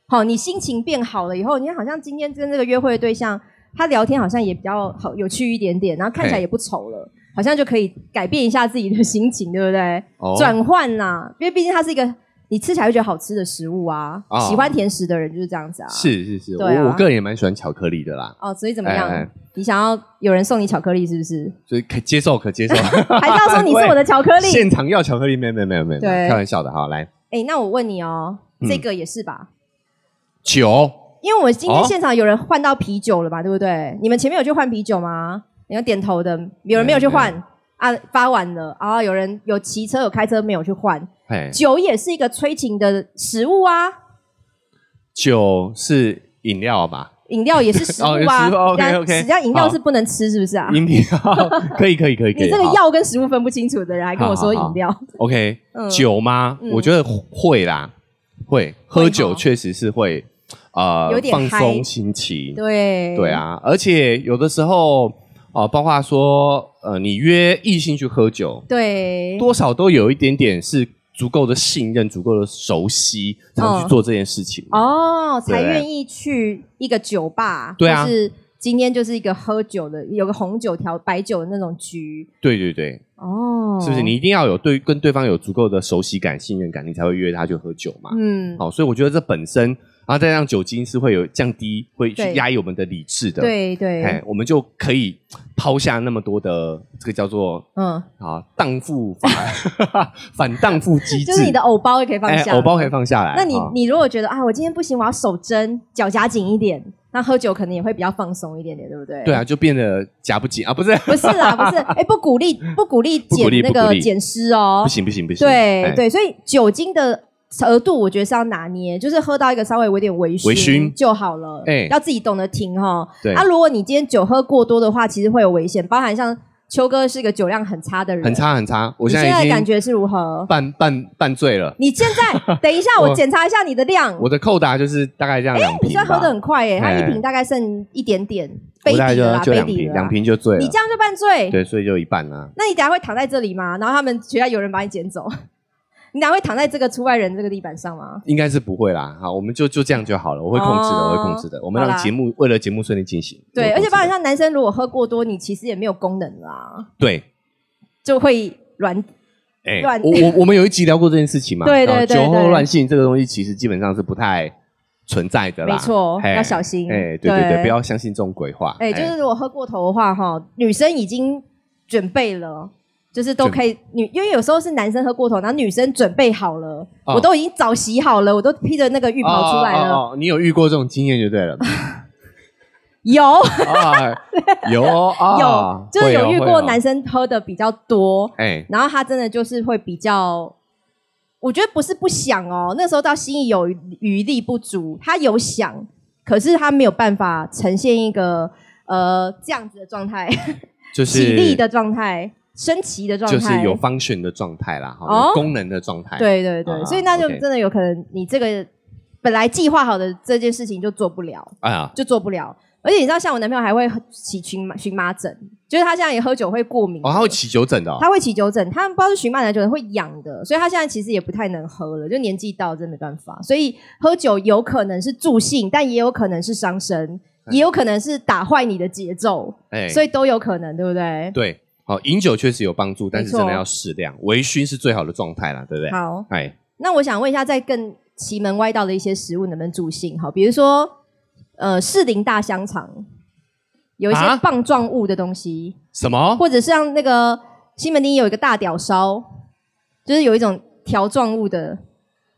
好，你心情变好了以后，你好像今天跟这个约会的对象，他聊天好像也比较好有趣一点点，然后看起来
嘿
也不丑了，好像就可以改变一下自己的心情，对不对？
哦
转换啦，因为毕竟它是一个你吃起来会觉得好吃的食物啊。
哦
喜欢甜食的人就是这样子啊。
是是是，我
对啊
我个人也蛮喜欢巧克力的啦，
哦，所以怎么样？
哎哎
你想要有人送你巧克力是不是？
所以可接受可接受。
还是要 说你是我的巧克力？
现场要巧克力，没有没有没有没有，
对
开玩笑的哈，来，
哎、那我问你哦，
嗯
这个也是吧？
酒，
因为我今天
哦
现场有人换到啤酒了吧，对不对？你们前面有去换啤酒吗？你要点头的，有人没有去换
哎
啊？发完了啊，有人有骑车有开车没有去换，
哎，
酒也是一个催情的食物啊，
酒是饮料吧？
饮料也是食
哦
物啊
食物，OK，
人家
OK，
人家饮料
好
是不能吃，是不是啊？
饮料可以可以可以可以。
你这个
好
药跟食物分不清楚的人，还跟我说饮料，
OK
嗯
酒吗？
嗯
我觉得会啦，会喝酒
哈
确实是会呃
有点
放
嗨
松心情，
对
对，啊，而且有的时候哦、呃包括说呃，你约异性去喝酒，
对，
多少都有一点点是足够的信任、足够的熟悉，才会
嗯
去做这件事情。
哦，才
对
愿意去一个酒吧，
对啊
或是今天就是一个喝酒的，有个红酒调白酒的那种局，
对对对，
哦，
是不是？你一定要有对跟对方有足够的熟悉感、信任感，你才会约他去喝酒嘛。
嗯，
好、所以我觉得这本身，然后再让酒精是会有降低，会去
对
压抑我们的理智的。
对
哎
对，，
我们就可以抛下那么多的这个叫做
嗯，
啊荡妇反 反荡妇机制，
就是你的偶包也可以放
哎
下，
偶包可以。放下来。
那你
啊
你如果觉得啊，我今天不行，我要手针脚夹紧一点，那喝酒可能也会比较放松一点点，对不对？
对啊，，就变得夹不紧啊，不是？
不是啦，不是，哎，不鼓励不鼓励
不鼓
减
励
那
不鼓
个
励
减湿哦
不，行不行不行，
对、
哎，
对，所以酒精的额度我觉得是要拿捏，就是喝到一个稍微有点微醺
微醺
就好了，
哎
要自己懂得停哈。
对
啊，如果你今天酒喝过多的话，其实会有危险，包含像秋哥是个酒量很差的人，
很。差很差。我
你
现
现
在已
在
经
感觉是如何？
半半半醉了，
你现 在等一下，我
我
检查一下你的量。
我的扣打就是大概这样两
你
瓶
现在
吧，
喝的很快耶、他
哎
一瓶大概剩一点点，杯
我
底
大概
了啦，
就就
杯
两
底
瓶，
了啦
两。瓶就醉了
你这。样就犯罪？
对，所以就一半啦、
那你等下会躺在这里吗？然后他们学校有人把你捡走， 你等下会躺在这个出外人这个地板上吗？
应该是不会啦。好，我们就就这样就好了，我会控制的，
哦
我会控制的。我们
好
让
啦
节目为了节目顺利进行。
对，而
我会
且
控制
包
的
括像男生如果喝过多，你其实也没有功能啦，
对，
就会软。
哎、
乱
我我我们有一集聊过这件事情嘛？
对对
然后
对
酒后
对
乱性这个东西其实基本上是不太存在的啦，
没错
嘿
要小心
哎、对对对，
对
不要相信这种鬼话。
哎、就是如果喝过头的话，哈，女生已经准备了。就是都可以，女因为有时候是男生喝过头，然后女生准备好了，
哦
我都已经早洗好了，我都披着那个浴袍出来了。
哦哦哦你有遇过这种经验就对了
有、
啊， 有啊，
有，就是有遇
会哦
过男。生喝的比较多，
哎、
然后他真的就是会比较，我觉得不是不想哦，那时候到心里有余力不足，他有想，可是他没有办法呈现一个呃这样子的状态，
就是
起立的状态，升旗的状态，
就是有 function 的状态啦，哈、
哦
有功能的状态。，
对对对，
啊
所以那就
OK
真的有可能你这个本来计划好的这件事情就做不了，
哎呀，
就做不了。而且你知道，像我男朋友还会起荨麻荨麻疹，就是他现在也喝酒会过敏
哦，他会起酒疹的、哦，
他会起酒疹，他们不知道是荨麻疹酒疹会痒的，所以他现在其实也不太能喝了，就年纪到真没办法，所以喝酒有可能是助兴，但也有可能是伤身，也有可能是打坏你的节奏，
哎、
所以都有可能，对不对？
对，好、饮酒确实有帮助，但
没
是
错
真的要适量，微醺是最好的状态啦，对不对？
好，
哎，
那我想问一下，在更奇门歪道的一些食物能不能助兴？好，比如说呃，士林大香肠，有一些
啊
棒状物的东西，
什么？
或者是像那个西门町有一个大屌烧，就是有一种条状物的，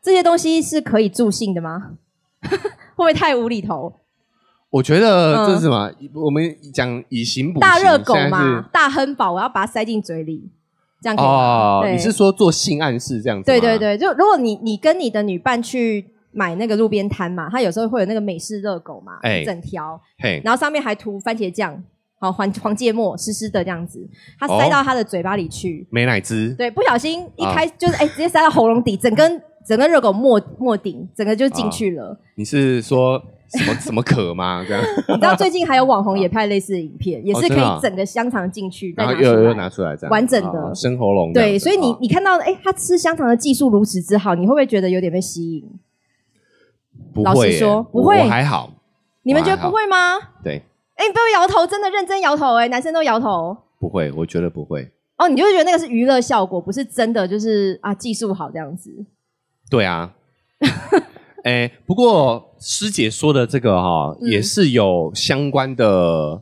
这些东西是可以助兴的吗？ 会不会太无厘头？
我觉得
嗯
这是什么？我们讲以形补形
大热狗
现在是
嘛，大亨堡，我要把它塞进嘴里，这样可以吗？
哦，
对
你是说做性暗示这样子？
对对，对，就如果你你跟你的女伴去买那个路边摊嘛，它有时候会有那个美式热狗嘛，
哎
一整条，
嘿，
然后上面还涂番茄酱，好黄黄芥末，湿湿的这样子，它塞
哦
到她的嘴巴里去，
美乃滋，
对，不小心一开、
啊
就是哎、直接塞到喉咙底，整根整个热狗没没顶，整个就
啊
进去了。
你是说什么什么可吗？这样，
你知道最近还有网红也拍类似的影片，也是可
真的啊
以整个香肠进去，再
然后
拿
又
出
又
来。
拿出来这样
完整的
哦生喉咙这样子，
对，所以你
哦
你看到哎、他吃香肠的技术如此之好，你会不会觉得有点被吸引？
不
老实
会耶
说不
我
会
我还好，
你们觉得不会吗？
对，
哎、你不要摇头，真的认真摇头哎、男生都摇头
不会，我觉得不会。
哦，你就会觉得那个是娱乐效果，不是真的就是啊技术好这样子。
对啊， 哎、不过师姐说的这个哈、
嗯
也是有相关的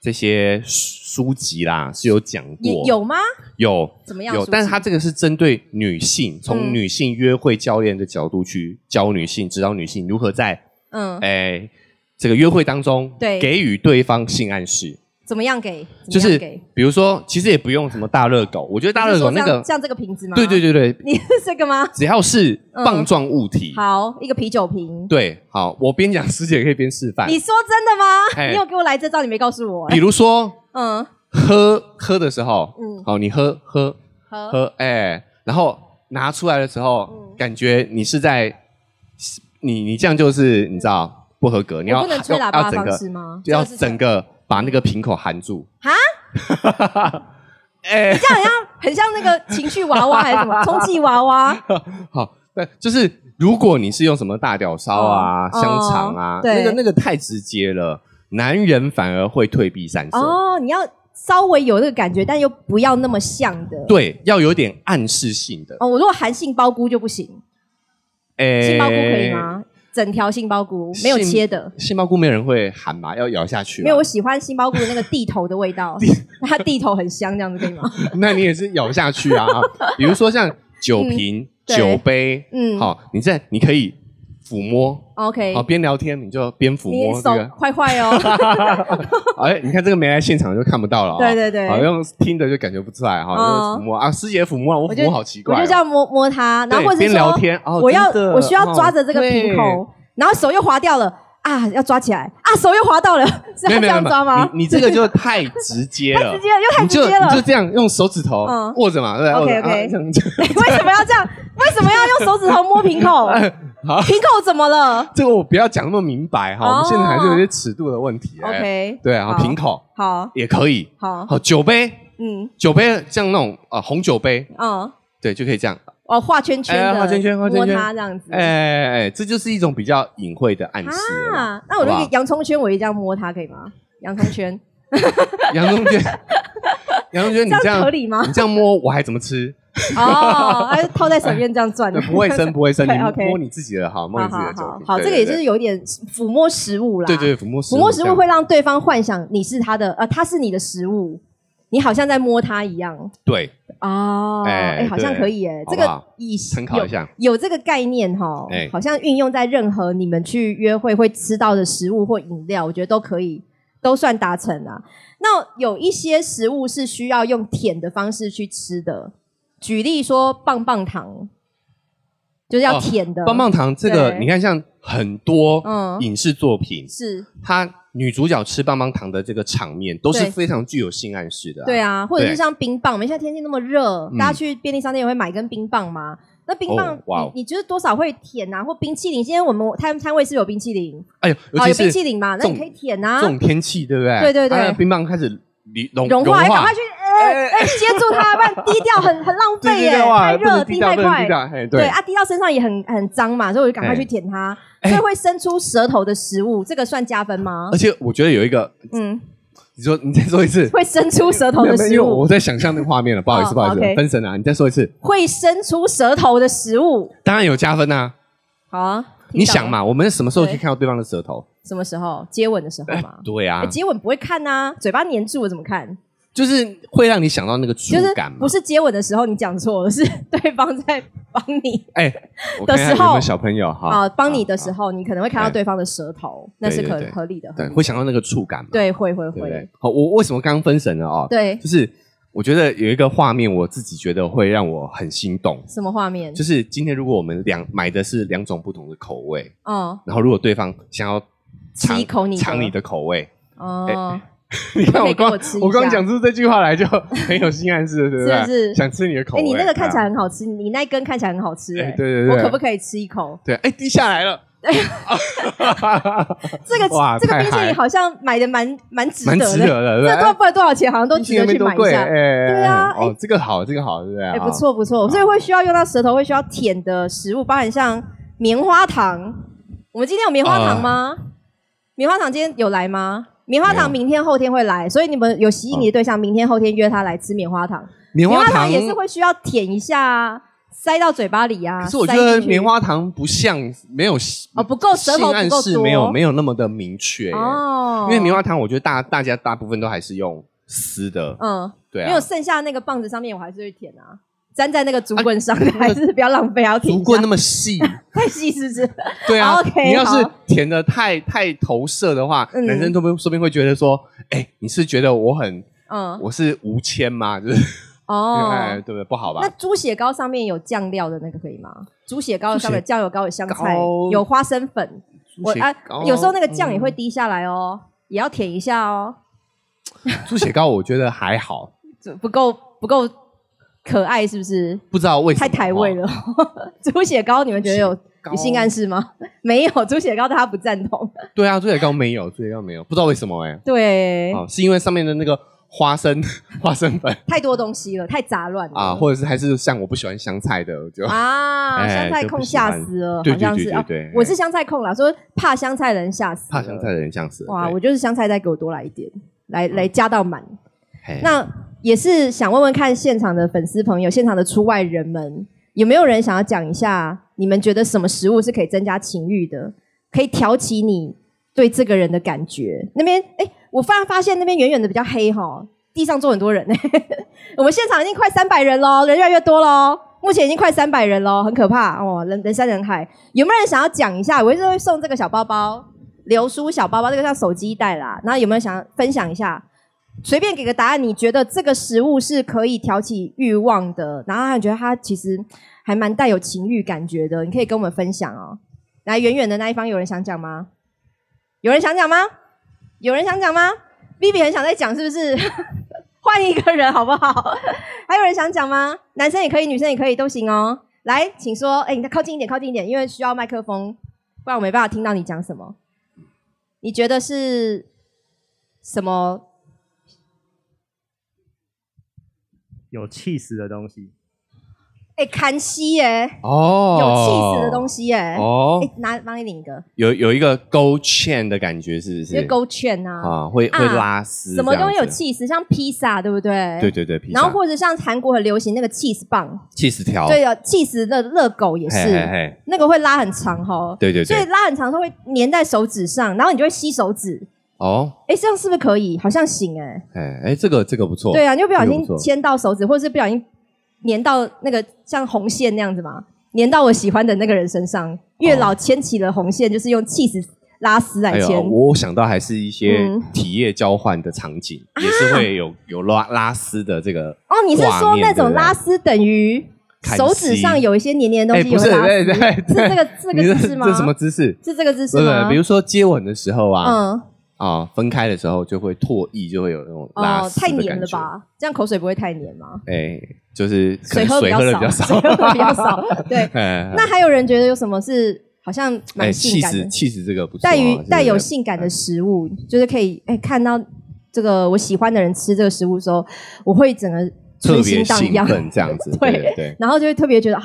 这些数书籍啦是有讲
也
过，
有吗？
有
怎么样？
有，
书
但是
籍
他这个是针对女性，从
嗯
女性约会教练的角度去教女性，指导女性如何在
嗯，
哎、这个约会当中，
对
给予对方性暗示，
怎么样给？怎
就
么样
是
给
比如说，其实也不用什么大热狗，我觉得大热狗
你是说
那个
像，像这个瓶子吗？
对对，对对，
你是这个吗？
只要是
嗯
棒状物体，
好，一个啤酒瓶。
对，好，我边讲师姐可以边示范，
你说真的吗？
哎
你有给我来这招，你没告诉我、
比
欸。
如说
嗯，
喝喝的时候，
嗯
好，你喝喝
喝
喝，哎、然后拿出来的时候，
嗯
感觉你是在，你你这样就是你知道不合格，你
我
要
不能吹
要
喇叭
要
的
整
方
个
式吗？
要
这个是
整个把那个瓶口含住。
哈？
哎、
这样像很像那个情绪娃娃还是什 么充气娃娃？
好，对，就是如果你是用什么大屌烧啊、
哦
香肠啊，
对
那个那个太直接了，男人反而会退避三舍。
哦，你要稍微有那个感觉，但又不要那么像的。
对，要有点暗示性的。
哦，我如果含杏鲍菇就不行，
哎
杏鲍菇可以？吗？整条杏鲍菇没有
杏啊
切的。
杏鲍菇没有人会喊吧？要咬下去、啊。
没有，我喜欢杏鲍菇的那个地头的味道， 它地头很香，这样子可以吗？
那你也是咬下去啊。比如说像酒瓶、
嗯对
酒杯，
嗯
好，你在你可以抚摸，
，OK，
好，边聊天你就边抚
你
摸
手
这个。
快快哦，
哎，你看这个没来现场就看不到了、哦，
对对对
好像听着就感觉不出来哈、
哦
就是抚摸啊，师姐抚摸啊，我
我
抚
就
摸好奇怪、
我
哦，
就这样摸摸它，然后
对
或者是
边
说
聊天，哦、
我要
真的
我需要抓着这个瓶
哦对
口，然后手又滑掉了啊，要抓起来啊，手又滑到了， 是要
没有
这
没有
样
没
抓
有，
吗？
你你这个就太直接了
直。接又 太
你
直
就
接了
你就，这样用手指头
嗯
握着嘛，对不对
OK，
握着啊
OK
这样这样
为什么要这样？为什么要用手指头摸瓶口？
哎好
瓶口怎么了
这个我不要讲那么明白哈，我们
哦
现在还是有些尺度的问题。 哎
？OK，
对啊，
好
瓶口
好
也可以。
好，
好，酒杯，
嗯
酒杯像那种啊红酒杯，
嗯，
对，就可以这样。
哦，画圈圈
哎
的，
画圈圈画圈
摸
圈
它这样子，
哎哎哎，这就是一种比较隐晦的暗示了啦。
啊，那我就
好不好
洋葱圈，我也这样摸它可以吗？洋葱圈，
杨中娟，杨 中娟，你
这
这
样合
样
理 吗？
你这样摸我还怎么吃？
哦，还是套在手边这样转
对，不卫生，不卫生，你
对，OK
摸你自己的好，摸
好
你自己
好
的酒
好
瓶。
好，
对
这个
对
也就是有一点抚摸食物啦。
对对，抚摸食
抚摸食
这
物
样
会让对方幻想你是他的，呃，他是你的食物，你好像在摸他一样。
对
哦，
哎
哎，好像
对
可以耶，这
好不
个
好
以
参考一下。
有这个概念哈
哎，
好像运用在任何你们去约会会吃到的食物或饮料，我觉得都可以，都算达成啊。那有一些食物是需要用舔的方式去吃的，举例说棒棒糖，就是要
哦
舔的。
棒棒糖这个，
对
你看像很多
嗯
影视作品，
是，
它女主角吃棒棒糖的这个场面都是
对
非常具有性暗示的。
对
啊，
啊，或者
对
是像冰棒，我们现在天气那么热，
嗯
大家去便利商店也会买根冰棒嘛。那冰棒，
哦哇哦
你你就是多少会舔啊，或冰淇淋。今天我们摊摊位是不是有冰淇淋，
哎呦，
哦，
尤
有冰
其
淇
是
淋嘛，那你可以舔啊
这，种天气，对不对？
对对对
它的冰棒开始离融
融
化，哎
化，赶快去呃呃接住它，不然低调很很浪
对
费耶，
对对，哇，
太
不能
热，
低
滴
调，
太
不能低
快。
调，嘿，
对
对，
啊，滴到身上也很很脏嘛，所以我就赶快去舔它，
哎
所以会生出舌头的食物，这个算加分吗
而？且我觉得有一个，
嗯，
你说你再说一次，
会生出舌头
没有
的
呃
食
没有因为我
物，
在想象那个画面了，不好意思，
哦
不好意思
OK，
分神啊，你再说一次，
会生出舌头的食物。
当然有加分呐。
好啊，
你
听到
想
了
嘛，我们什么时候去
对
看到对方的 舌头？
什么时候接吻的时候嘛？
对啊
欸，接吻不会看呐、嘴巴粘住我怎么看？
就是会让你想到那个触
就是
感嘛
不。是接吻的时候你讲错了，是 对方在帮你
哎，我看一下
的时
有没
候
有小朋友哈
啊，帮你的
候。
时候你可能会看到对方的舌头，那是
哦对
可
对对
合理的。
对，会想到那个触感嘛，
对，会会
对不对
会，？
好，我为什么刚分神了哦？，
对
就是我觉得有一个画面，我自己觉得会让我很心动，
什么画面？
就是今天如果我们两买的是两种不同的口味，
哦
然后如果对方想要尝
吃一口你的
尝你的口 味，
哦，
哎你看
可
我
以给我
光
吃一下
我刚讲出这句话来就很有心暗示了，对不对？
是不是
想吃你的口
哎，
味？
你那个看起来
啊
很好吃，你那一根看起来很好吃，
哎
哎，
对对对
我可不可以吃一口？
对，哎，滴下来了，
这个
哇
这个
太
冰淇
嗨
淋好像买的蛮蛮值
蛮
得
值
的，
得的，对哎
这
不
多
对？
不然多少钱好像都
冰淇
值
淋
得
没
去
多
买一
贵，
下
哎，。对
对啊
哦，这个好，这个好，对不对？
哎、
啊
不错不错，所以会需要用到舌头，会需要舔的食物，包含像棉花糖。我们今天有棉花糖吗？棉花糖今天有来吗？棉花糖
啊没
明天后天会来，所以你们有吸引你的对象，明天后天约他来吃棉花糖。
棉
棉
花糖
也是会需要舔一下啊，塞到嘴巴里啊。
可是我觉
塞
得
进去
棉花糖不像没有
哦不够舌头
性暗
不够
示
多
没有没有那么的明确耶，
哦，
因为棉花糖我觉得大大家大部分都还是用撕的，
嗯，
对
没有
啊，
剩下那个棒子上面，我还是会舔啊，粘在那个竹棍上，还是不要浪费，还要啊舔一下。
竹棍那么细，
太细是不是？
对啊
好，OK，
你要是
好
填的太太投射的话，
嗯
男生说不定说不定会觉得说，哎，你是觉得我很
嗯，
我是无铅吗？ 就是哎，
哦。
对不对？不好吧
那？猪血糕上面有酱料的那个可以吗？猪血糕上面有酱油膏、有香菜
糕、
有花生粉。我
猪血
啊，
糕嗯
有时候那个酱也会滴下来哦，也要舔一下哦。
猪血糕，我觉得还好，
不够不够可爱，是不是？
不知道为什么
太台味了。 猪血糕，你们觉得有有性暗示吗？ 没有，猪血糕大家不赞同。
哦对啊，猪血糕没有，猪血糕没有，不知道为什么哎、
对，
哦，是因为上面的那个花生 花生粉
太多东西了，太杂乱了
啊，或者是还是像我不喜欢香菜的，我就、
哦啊，
哎
香菜控吓死了，
对
好像
对
是
对
啊
对，对，
我是香菜控啦，说怕香菜的人吓死，
怕香菜。的人像是
哇，
对
我就是香菜，再给我多来一点，来来加到满。
嘿
那也是想问问看现场的粉丝朋友，现场的出外人们，有没有人想要讲一下，你们觉得什么食物是可以增加情欲的，可以挑起你对这个人的感觉？那边哎，我发发现那边远远的比较黑哈，地上坐很多人 哎、我们现场已经快三百人喽，人越来越多喽。目前已经快三百人喽，很可怕哦，人人山人海。有没有人想要讲一下？我一直会送这个小包包，流苏小包包，这个像手机袋啦。然后有没有想要分享一下？随便给个答案，你觉得这个食物是可以挑起欲望的，然后还觉得它其实还蛮带有情欲感觉的，你可以跟我们分享哦。来，远远的那一方有人想讲吗？有人想讲吗？有人想讲吗？Vivi 很想再讲，是不是？ 换一个人好不好？还有人想讲吗？男生也可以，女生也可以，都行哦。来，请说。哎、你再靠近一点，靠近一点，因为需要麦克风，不然我没办法听到你讲什么。你觉得是什么
有气死的东西，
哎、欸，砍西耶，
哦
有气死的东西耶！哎、
哦，
拿帮你领一个，
有有一个勾芡的感觉，是不？
就是勾券啊，
啊，会会
啊
拉丝，
什么东西有气
气？
势，像披萨对不对？
对。对对，披萨
然后或者像韩国很流行那个 cheese 棒，
cheese 条，
对啊，cheese 的热狗也是，
嘿嘿嘿
那个会拉很长哈，
对对
所以
对，
拉很长它会粘在手指上，然后你就会吸手指。
哦，
哎，这样是不是可以？好像行哎、
哎哎，这个这个不错，
对啊，你就不小
这个
心
不错
牵到手指，或者是不小心粘到那个像红线那样子嘛，粘到我喜欢的那个人身上。月老牵起了红线，就是用气死拉丝来
哎呦，
牵。
我想到还是一些
嗯
体液交换的场景，也是会有有拉拉丝的这个。
哦，你是
挂
说
面
那种
对不对
拉丝等于
砍
手指上
丝
有一些黏黏的
哎，
东西有
不是，
拉
对
丝？
对
是
对，
这个这
你
个姿势吗？
这什么姿势？
是这个姿势
对
吗？
对，比如说接吻的时候啊，
嗯，
啊，分开的时候就会唾液，就会有那种拉
哦，
丝
太
的
黏
感
了
觉。
吧？这样口水不会太黏吗？
哎，就是可
水
能
喝
水
比较
喝的
少，
比较
水，喝
少
得比 较少。 对，
哎，
那还有人觉得有什么是好像
哎，
蛮
气
性感的
死？气死这个不错啊，
带于
这个嗯
带有性感的食物，就是可以哎、看到这个我喜欢的人吃这个食物的时候，我会整个
特
春
别
心荡
兴
漾，
奋这样子，
对
对对对，
然后就会特别觉得啊、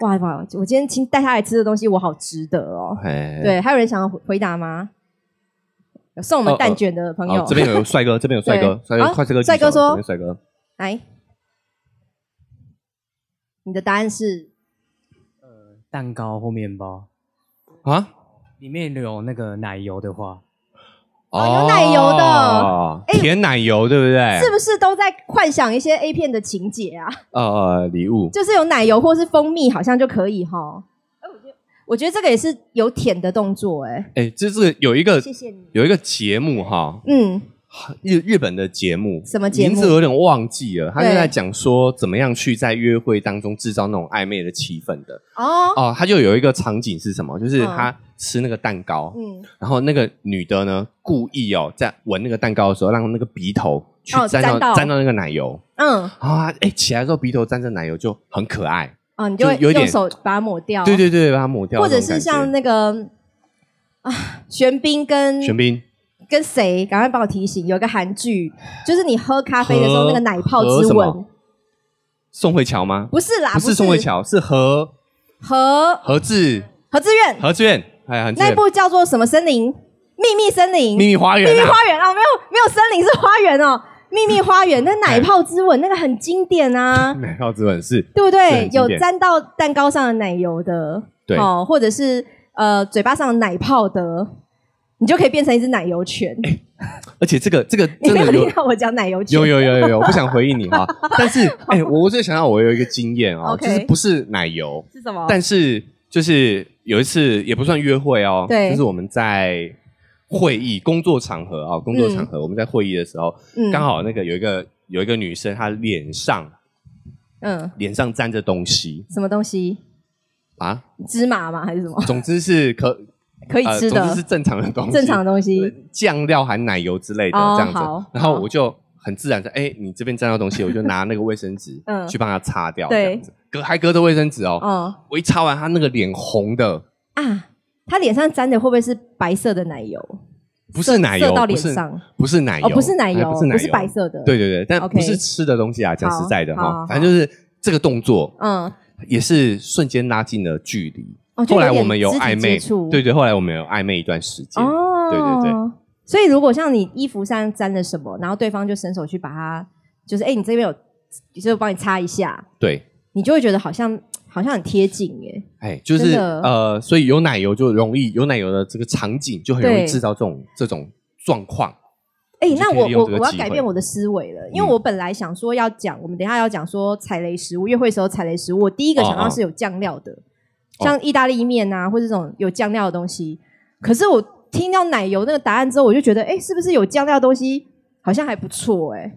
哇哇，我今天亲带他来吃的东西，我好值得哦。
哎，
对，还有人想要回回答吗？有送我
哦
们
哦
蛋卷的朋友、
哦这边有帅哥，这边有帅哥，
对
帅哥
啊
快帅哥举手，
帅哥说
这边帅哥，
来，你的答案是
呃，蛋糕或面包
啊，
里面有那个奶油的话，
哦有奶油的哎
哦甜奶油对不对？
是不是都在幻想一些 A 片的情节啊？
呃呃，礼物
就是有奶油或是蜂蜜，好像就可以哈。哎我觉得这个也是有舔的动作、哎，
哎，这是有一个
谢谢你。
有一个节目哈，
嗯，
日日本的节目，
什么节目
名字有点忘记了，他就
对
在讲说怎么样去在约会当中制造那种暧昧的气氛的。
哦，
哦，他就有一个场景是什么？就是
嗯
他吃那个蛋糕，
嗯，
然后那个女的呢故意哦，在闻那个蛋糕的时候，让那个鼻头去
哦
沾
沾
到
到
沾到那个奶油。
嗯，
啊，哎，起来之后鼻头沾着奶油就很可爱。
哦，你
就
就会
有点
用手把它抹掉，
对，对对，把它抹掉那
或
种
者
感觉。
是像那个啊，玄彬跟
玄彬
跟谁？赶快帮我提醒，有一个韩剧，就是你喝咖啡的时
和
候那个奶泡
和
之
什么
吻，
宋慧乔吗？
不是啦，
不是宋慧，乔，是何
何
何志
何志远
何志远，哎，何志
那一
远，
部叫做什么森林？秘密森林，
秘密花园
秘密
啊，
花园啊，没有没有森林是花园哦，秘密花园那奶泡之吻那个很经典啊，
奶酪之吻是，
对不
嗯是
对
很？经
有
典
沾到蛋糕上的奶油的，
对
哦，或者是呃嘴巴上的奶泡的，你就可以变成一只奶油 犬。
而且这个这个
你
真
没有
的有
听到我讲奶油犬？
有有有 有有，我不想回应你哈。但是，哎、我我就想到我有一个经验哦
OK 哦
就是不是奶油，
是什么？
但是就是有一次也不算约会哦，
对
就是我们在会议工作场合啊、工作场合、我们在会议的时候，
嗯
刚好那个有一个有一个女生，她脸上
嗯，
脸上沾着东西
什么东西？
啊，
芝麻吗？还是什么？
总之是可
可以
呃
吃
总之
的
是，正常的东 西，
正常的东西。
酱料含奶油之类的
哦
这样
好
子，然后
好
我就很自然的，哎，你这边沾到东西，我就拿那个卫生 纸
嗯
去帮她擦掉，
对
这样子，隔还隔着卫生纸哦，
哦
我一擦完，她那个脸红的，
啊，它脸上沾的会不会是白色的奶油？
不是奶
射
油，
到
不
脸
是
上
不是奶油，
哦，不是奶
哎
油，
不是奶油，
白色的。
对，对对，但
OK
不是吃的东西啊，讲
好
实在的
好好
哈，反正就是这个动作
嗯，
也是瞬间拉近了距离。
哦就
后来
有点
我们有
肢体
暧昧
接触，
对对，后来我们有暧昧一段时间。
哦，
对对对。
所以如果像你衣服上沾了什么，然后对方就伸手去把它，就是哎、诶你这边有，就是帮你擦一下，
对，
你就会觉得好像好像很贴近耶。
哎，就
真
是
的
呃，所以有奶油就容易有奶油的这个场景就很容易
对
制造这种这种状况。
哎、
你就
那
可以
我
利用
我
这个
我要
机
改
会
变我的思维了，因为
嗯
我本来想说要讲，我们等一下要讲说踩雷食物，约会时候踩雷食物，我第一个想
哦
到
哦
是有酱料的，像意大利面啊，或者这种有酱料的东西。可是我听到奶油那个答案之后，我就觉得，哎、是不是有酱料的东西好像还不错、哎，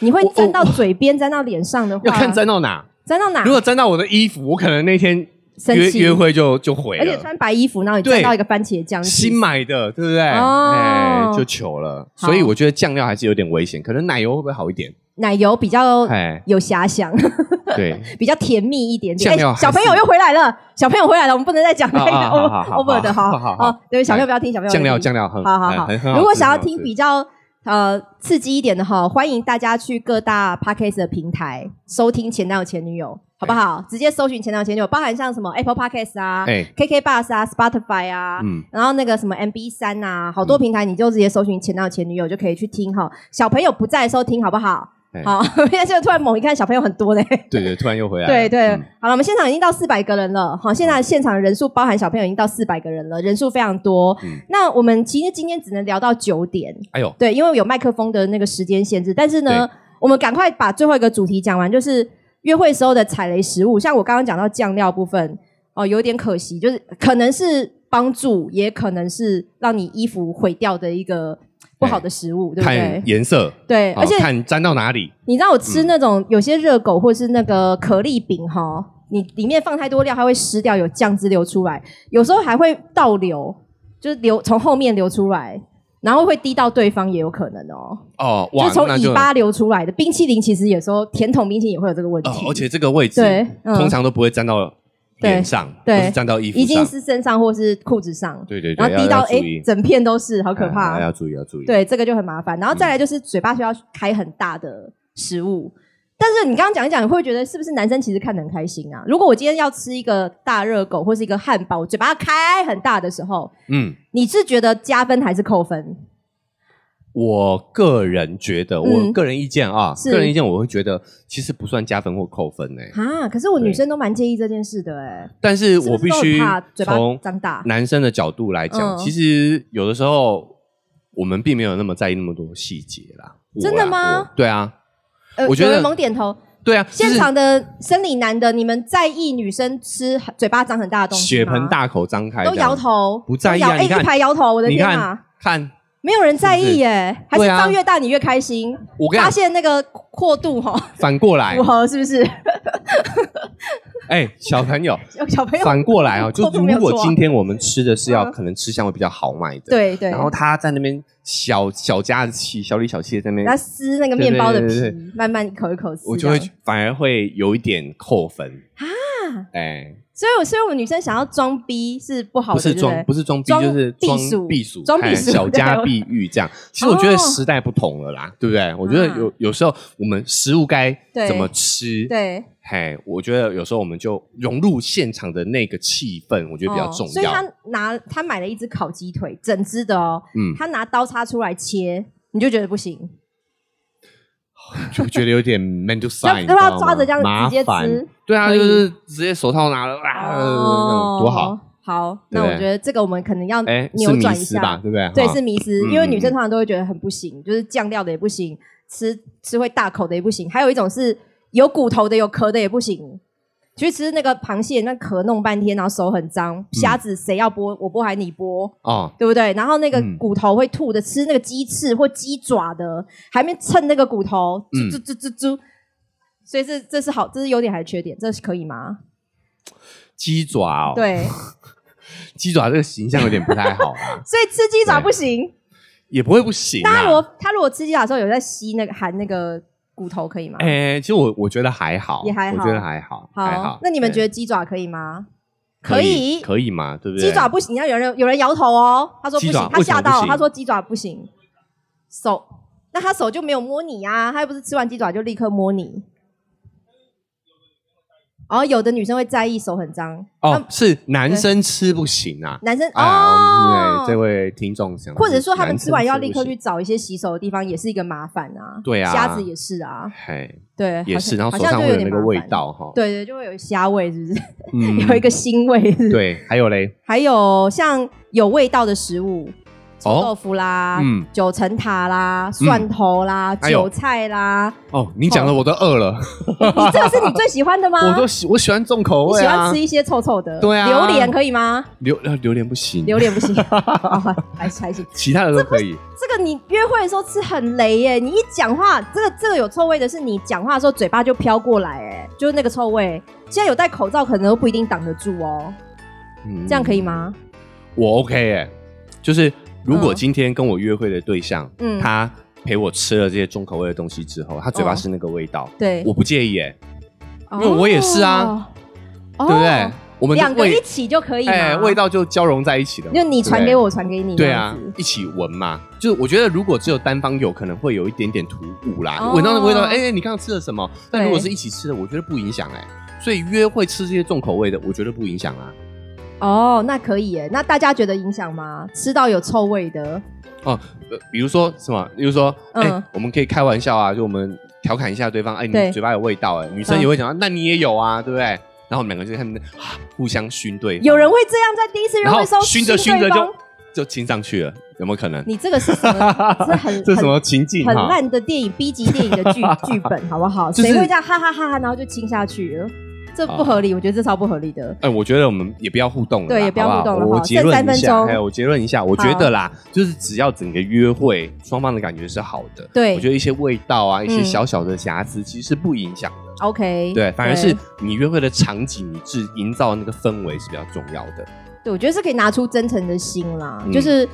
你会
我
沾到嘴边、沾到脸上的话，
要看沾到哪，
沾到哪？
如果沾到我的衣服，我可能那天
啊生
约
气
约会就就毁
而且
了。
穿白衣服，然后你
对
沾到一个番茄酱，
新买的，对不对？
哦
哎，就糗了。
好
所以我觉得酱料还是有点危险，可能奶油会不会好一点？
奶油比较
哎，
有遐想。
对，
比较甜蜜一点点。
酱料
哎
还
小朋友
是
又回来了，小朋友回来了，我们不能再讲那个
啊啊好好
over
好
over 的，
好
好
好好
好，对，小朋友
来
不要听，小朋友
酱
不
料
要听
酱料很哎
好好好
很很。
如果
吃
想要
很好
听
吃
比较呃刺激一点的哈，欢迎大家去各大 podcast 的平台收听《前男友前女友》，好不好？直接搜寻《前男友前女友》，包含像什么 Apple Podcast 啊、
哎
KK Bus 啊、Spotify 啊，
嗯
然后那个什么 MB 三啊，好多
嗯
平台你就直接搜寻前男友前女友就可以去听哈。小朋友不在的时候听好不好
哎？
好，现在就突然猛一看小朋友很多嘞。
对对，突然又回来了。
对对
嗯，
好了，我们现场已经到四百个人了，好，现在现场人数包含小朋友已经到四百个人了，人数非常多
嗯。
那我们其实今天只能聊到九点，
哎呦，
对，因为有麦克风的那个时间限制。但是呢，我们赶快把最后一个主题讲完，就是约会时候的踩雷食物。像我刚刚讲到酱料部分，哦，有点可惜，就是可能是帮助，也可能是让你衣服毁掉的一个不好的食物，对不对
看？颜色，
对，
好
而且
哦看沾到哪里。
你让我
嗯
吃那种、有些热狗或是那个可丽饼哈，你里面放太多料，它会湿掉，有酱汁流出来，有时候还会倒流，就是流从后面流出来，然后会滴到对方也有可能哦，
哦，
就
哇，
是从
那
尾巴流出来的。冰淇淋其实有时候甜筒冰淇淋也会有这个问题，
哦，而且这个位置
对嗯
通常都不会沾到脸上，
对对
都是沾到衣服
一定
上。
是身上或是裤子上，
对对对，
然后滴
要
到
要注
哎
意，
整片都是，好可怕。
哎要注意要注意。，
对，这个就很麻烦。然后
嗯
再来就是嘴巴需要开很大的食物，但是你刚刚讲一讲，你会觉得是不是男生其实看得很开心啊？如果我今天要吃一个大热狗或是一个汉堡，我嘴巴要开很大的时候，
嗯，
你是觉得加分还是扣分？
我个人觉得，我
嗯
个人意见啊，
是
个人意见我会觉得其实不算加分或扣分呢，
啊，可是我
对
女生都蛮介意这件事的哎、
但是
是
我
不是
必
都很
须
怕嘴巴
从
张大
男生的角度来讲，
嗯
其实有的时候我们并没有那么在意那么多细节啦。我啦
真的吗？
我对啊，
呃
我觉
有人
得
猛点头。
对啊，
现
就是
场的生理男的，你们在意女生吃嘴巴张很大的东西
血
吗
盆大口张开，
都摇，头，
不在意啊
都摇哎、
你看
一排摇头，我的
你
天啊哪、
看看，
没有人在
是不
意
是
耶、还是
对啊
张越大你越开心。
我跟你
发
讲，
现那个阔度哈、
反过来
符，合是不是？
哎，小朋友，
小朋友
反过来啊，就
扣住没
如
有
果
错啊
今天我们吃的是要
嗯
可能吃相会比较豪迈的，，
对对，
然后他在那边小小家子气，小里小气的在那
然后
边，
撕那个面包的皮，
对对对
慢慢一口一口撕这样，
我就会反而会有一点扣分
啊，
哎，
所以我所以我们女生想要装逼是不好
不
的，
是
对
装
不
不是装逼，
装
就是
避
装
暑
避暑，
装避
哎
暑
小家
对
碧玉这样。其实我觉得
哦
时代不同了啦，对不对？我觉得
啊
有有时候我们食物该
对
怎么吃，
对，对
嘿，我觉得有时候我们就融入现场的那个气氛，我觉得比较
哦
重
所以
要。
他拿他买了一只烤鸡腿，整只的哦，
嗯，
他拿刀叉出来切，你就觉得不行，
就觉得有点 man to
要
sign，你知
要不
道
要抓
吗
着这样直接
麻烦
吃？
对啊，
可以
啊就是直接手套拿了啊，那种多好。
哦好，那我
对
觉得这个我们可能要
哎，是
嗯扭
迷
转一
思
下，
吧，对不对？
对，
哈
是迷失，
嗯
因为女生通常都会觉得很不行，就是酱料的也不行，吃吃会大口的也不行，还有一种是有骨头的、有壳的也不行。去吃那个螃蟹，那壳弄半天，然后手很
嗯
脏。虾子谁要剥？我剥还你剥，
哦，
对不对？然后那个
嗯
骨头会吐的，吃那个鸡翅或鸡爪的，还没蹭那个骨头，
嗯
猪猪猪猪猪。所以这这是好，这是优点还是缺点？这是可以吗？
鸡爪哦，，
对，
鸡爪这个形象有点不太好 啊，
所以吃鸡爪
对
不行。
也不会不行
他如
啊。
果他如果吃鸡爪的时候有在吸那个含那个骨头，可以吗？
哎，其实我我觉得还好，
也还好
我觉得还好，还好
好。，那你们
对
觉得鸡爪可以吗？
可
以，
可以吗？对不对？
鸡爪不行，要有人有人摇头哦，他说不
鸡爪
行，他
为什么
吓到
不
了，
行
他说鸡爪不行，手，那他手就没有摸你呀、他又不是吃完鸡爪就立刻摸你。然后有的女生会在意手很脏，
哦，是男生吃不行啊。
男生
啊，
哦，
对，这位听众想到
或
是男生吃不行，
者说他们吃完要立刻去找一些洗手的地方，也是一个麻烦啊。
对啊
虾子也是啊，
嘿，
对，
也
好像
是，然后
好
手
像
上
就
会
有
有
点
那个
麻
味
烦，
道哈。
对对，就会有虾味，是不是？
嗯
有一个腥味是不是，
对，还有嘞，
还有像有味道的食物，臭
哦
豆腐啦，
嗯
九层塔啦，蒜头啦，
哎呦
韭菜啦，
哦，你讲的我都饿了，
你这个是你最喜欢的吗？
我都喜我喜欢重口
啊你
味
喜
啊
欢吃，一些臭臭的，
对啊
榴莲可以吗？
榴呃榴莲不行，
榴莲不行， 哦还还行。
其他的都可以，
这个你约会的时候吃很雷耶，你一讲话，这个这个有臭味的是你讲话的时候嘴巴就飘过来，哎，就是那个臭味。现在有戴口罩，可能都不一定挡得住哦，
嗯
这样可以？吗？
我 OK 哎，就是如果
嗯
今天跟我约会的对象，
嗯
他陪我吃了这些重口味的东西之后，他嘴巴
哦
是那个味道，
对，
我不介意哎，
因
因为我也是啊，
哦、
对不对？我们的
两个
味
一起就可以吗？
哎，味道就交融在一起了嘛，
就你传给
我。
我，我传给你，
对
这
啊
样子，
一起闻嘛，就是我觉得如果只有单方有，可能会有一点点突兀啦，
哦
闻、到那味道，哎、你刚刚吃了什么？但
对
如果是一起吃的，我觉得不影响哎、所以约会吃这些重口味的，我觉得不影响啊。
哦，那可以耶。那大家觉得影响吗？吃到有臭味
啊
的，
呃，比如说什么，比如说，哎、
嗯
我们可以开玩笑啊，就我们调侃一下对方，哎、
对嗯
你嘴巴有味道哎、女生也会讲、啊那你也有啊，对不对？然后我们两个就看、啊、互相熏对方，
有人会这样在第一次约
然
会
后
的时候
熏着
亲
熏着
对方
就就亲上去了，有没有可能？
你这个是什 么？这很
这是什么情境？
很很
哈
烂的电影，B 级电影的 剧剧本，好不好？
就是啊
谁会这样哈哈哈哈，然后就亲下去了？这不合理，我觉得这超不合理的。
哎、我觉得我们也不要互动了啦，
对也不要互动了
好不好
哈
我结论一
剩三
下，
分钟
哎，我结论一下，我觉得啦，就是只要整个约会双方的感觉是好的，
对
我觉得一些味道啊，一些
嗯
小小的瑕疵其实是不影响的，
OK，
对，反而是你约会的场景，你制营造那个氛围是比较重要的。
对，我觉得是可以拿出真诚的心啦，
嗯
就是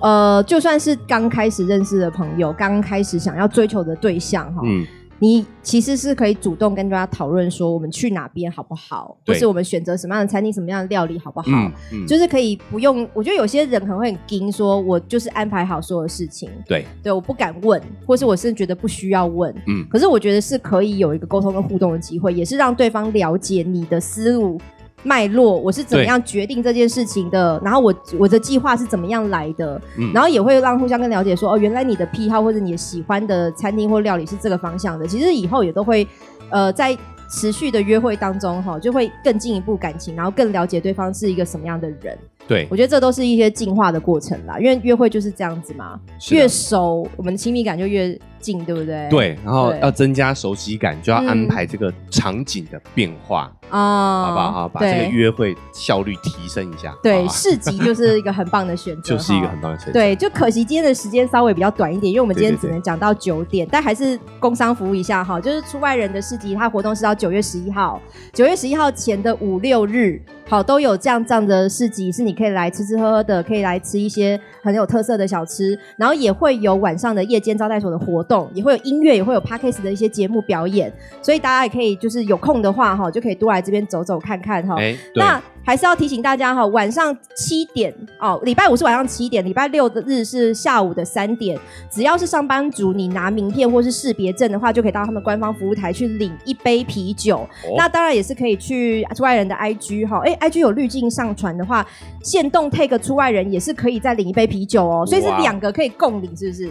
呃，就算是刚开始认识的朋友，刚开始想要追求的对象哈，
嗯，
你其实是可以主动跟大家讨论说，我们去哪边好不好，或
对
是我们选择什么样的餐厅、什么样的料理好不好。
嗯嗯，
就是可以不用，我觉得有些人可能会很惊，说我就是安排好所有事情，
对，
对，我不敢问，或是我是觉得不需要问。
嗯
可是我觉得是可以有一个沟通跟互动的机会，也是让对方了解你的思路脉络，我是怎么
对
样决定这件事情的，然后哦我我的计划是怎么样来的，
嗯
然后也会让互相更了解说，哦，原来你的癖好或者你的喜欢的餐厅或料理是这个方向的。其实以后也都会，呃，在持续的约会当中哈、就会更进一步感情，然后更了解对方是一个什么样的人。
对
我，觉得这都是一些进化的过程啦，因为约会就是这样子嘛，
是的
越熟我们的亲密感就越近，对不对？
对，然后
对
要增加熟悉感，就要
嗯
安排这个场景的变化，
啊，
好不好？好，把
对
这个约会效率提升一下。好
对
吧
市集就是一个很棒的选 择，
就是一个
哈
很棒的选择。
对，就可惜今天的时间稍微比较短一点，因为我们今天
对对
只
对
能讲到九点，但还是工商服务一下哈，就是出外人的市集，它活动是到九月十一号，九月十一号前的五六日，好都有这样这样的市集，是你可以来吃吃喝喝的，可以来吃一些很有特色的小吃，然后也会有晚上的夜间招待所的活动，也会有音乐，也会有 p a c k a g e 的一些节目表演，所以大家也可以就是有空的话哈，就可以多来这边走走看看哈。
哎，对。
那还是要提醒大家哈，晚上七点哦，礼拜五是晚上七点，礼拜六的日是下午的三点。只要是上班族，你拿名片或是识别证的话，就可以到他们官方服务台去领一杯啤酒。
哦
那当然也是可以去啊出外人的 IG 哈，哎、i g 有滤镜上传的话，限动 take 出外人也是可以再领一杯啤酒哦，所以是
哇
两个可以共领，是不是？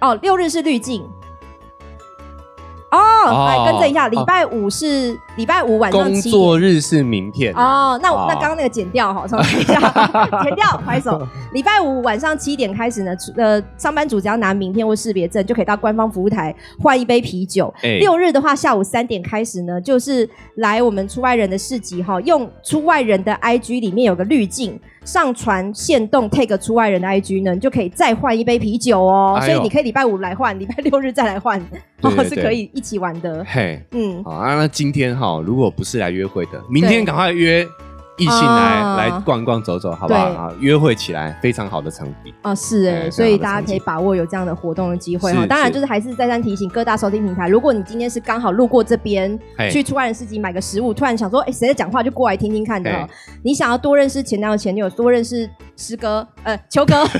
哦，六日是滤镜。哦好来更正一下，
哦
礼拜五是礼拜五晚上
工
七点
作日是明天啊，
哦，那我那
哦
刚刚那个剪掉哈，重新一下，剪掉，拍手。礼拜五晚上七点开始呢，出呃，上班族只要拿名片或识别证，就可以到官方服务台换一杯啤酒。
哎
六日的话，下午三点开始呢，就是来我们出外人的市集哈，用出外人的 IG 里面有个滤镜。上传限动 take 出外人的 IG 呢，你就可以再换一杯啤酒哦，
哎
所
呦
以你可以礼拜五来换，礼拜六日再来换，
对
哦
对
是
对
可以一起玩 的。
嘿，
嗯，
好啊，那今天哈，如果不是来约会的，明天
对
赶快约异性来、
啊
来逛一逛走走，好不好？
对
啊，约会起来非常好的场地。
啊，是哎、
哎
所以
非常的
大家
场
可以
景
把握有这样的活动的机会哈。
是
当然，
是
就是还是再三提醒各大收听平台，如果你今天是刚好路过这边
嘿
去出外人市集买个食物，突然想说，哎、谁在讲话，就过来听听看的
哎
哦。你想要多认识前男友、前女友，多认识师哥，呃，秋哥、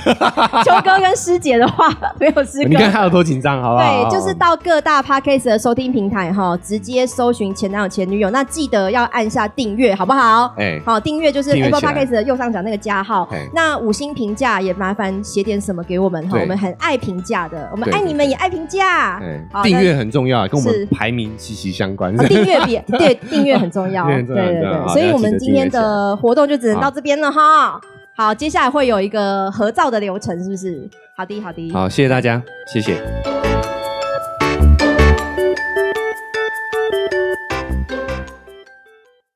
秋哥跟师姐的话，没有师哥，
你看哦他有多紧张，好不好？
对，就是到各大 podcast 的收听平台哈，直接搜寻前男友前女友，那记得要按下订阅，好不好？
哎
好，哦订阅就是
订阅
Apple
起来
podcast 的右上角那个加号
哎。
那五星评价也麻烦写点什么给我们哈，
对
我们很爱评价的，我们
对
爱你们也爱评价。好
哎，订阅很重要，跟我
是
们排名息息相关。
啊订阅 别对订阅很重要，
订阅
对对
很重要很重要
对，
好
所以
大家
我们
记得
今天
订阅起来
的活动就只能到这边了哈。好，接下来会有一个合照的流程，是不是？好的，好的，
好，谢谢大家，谢谢。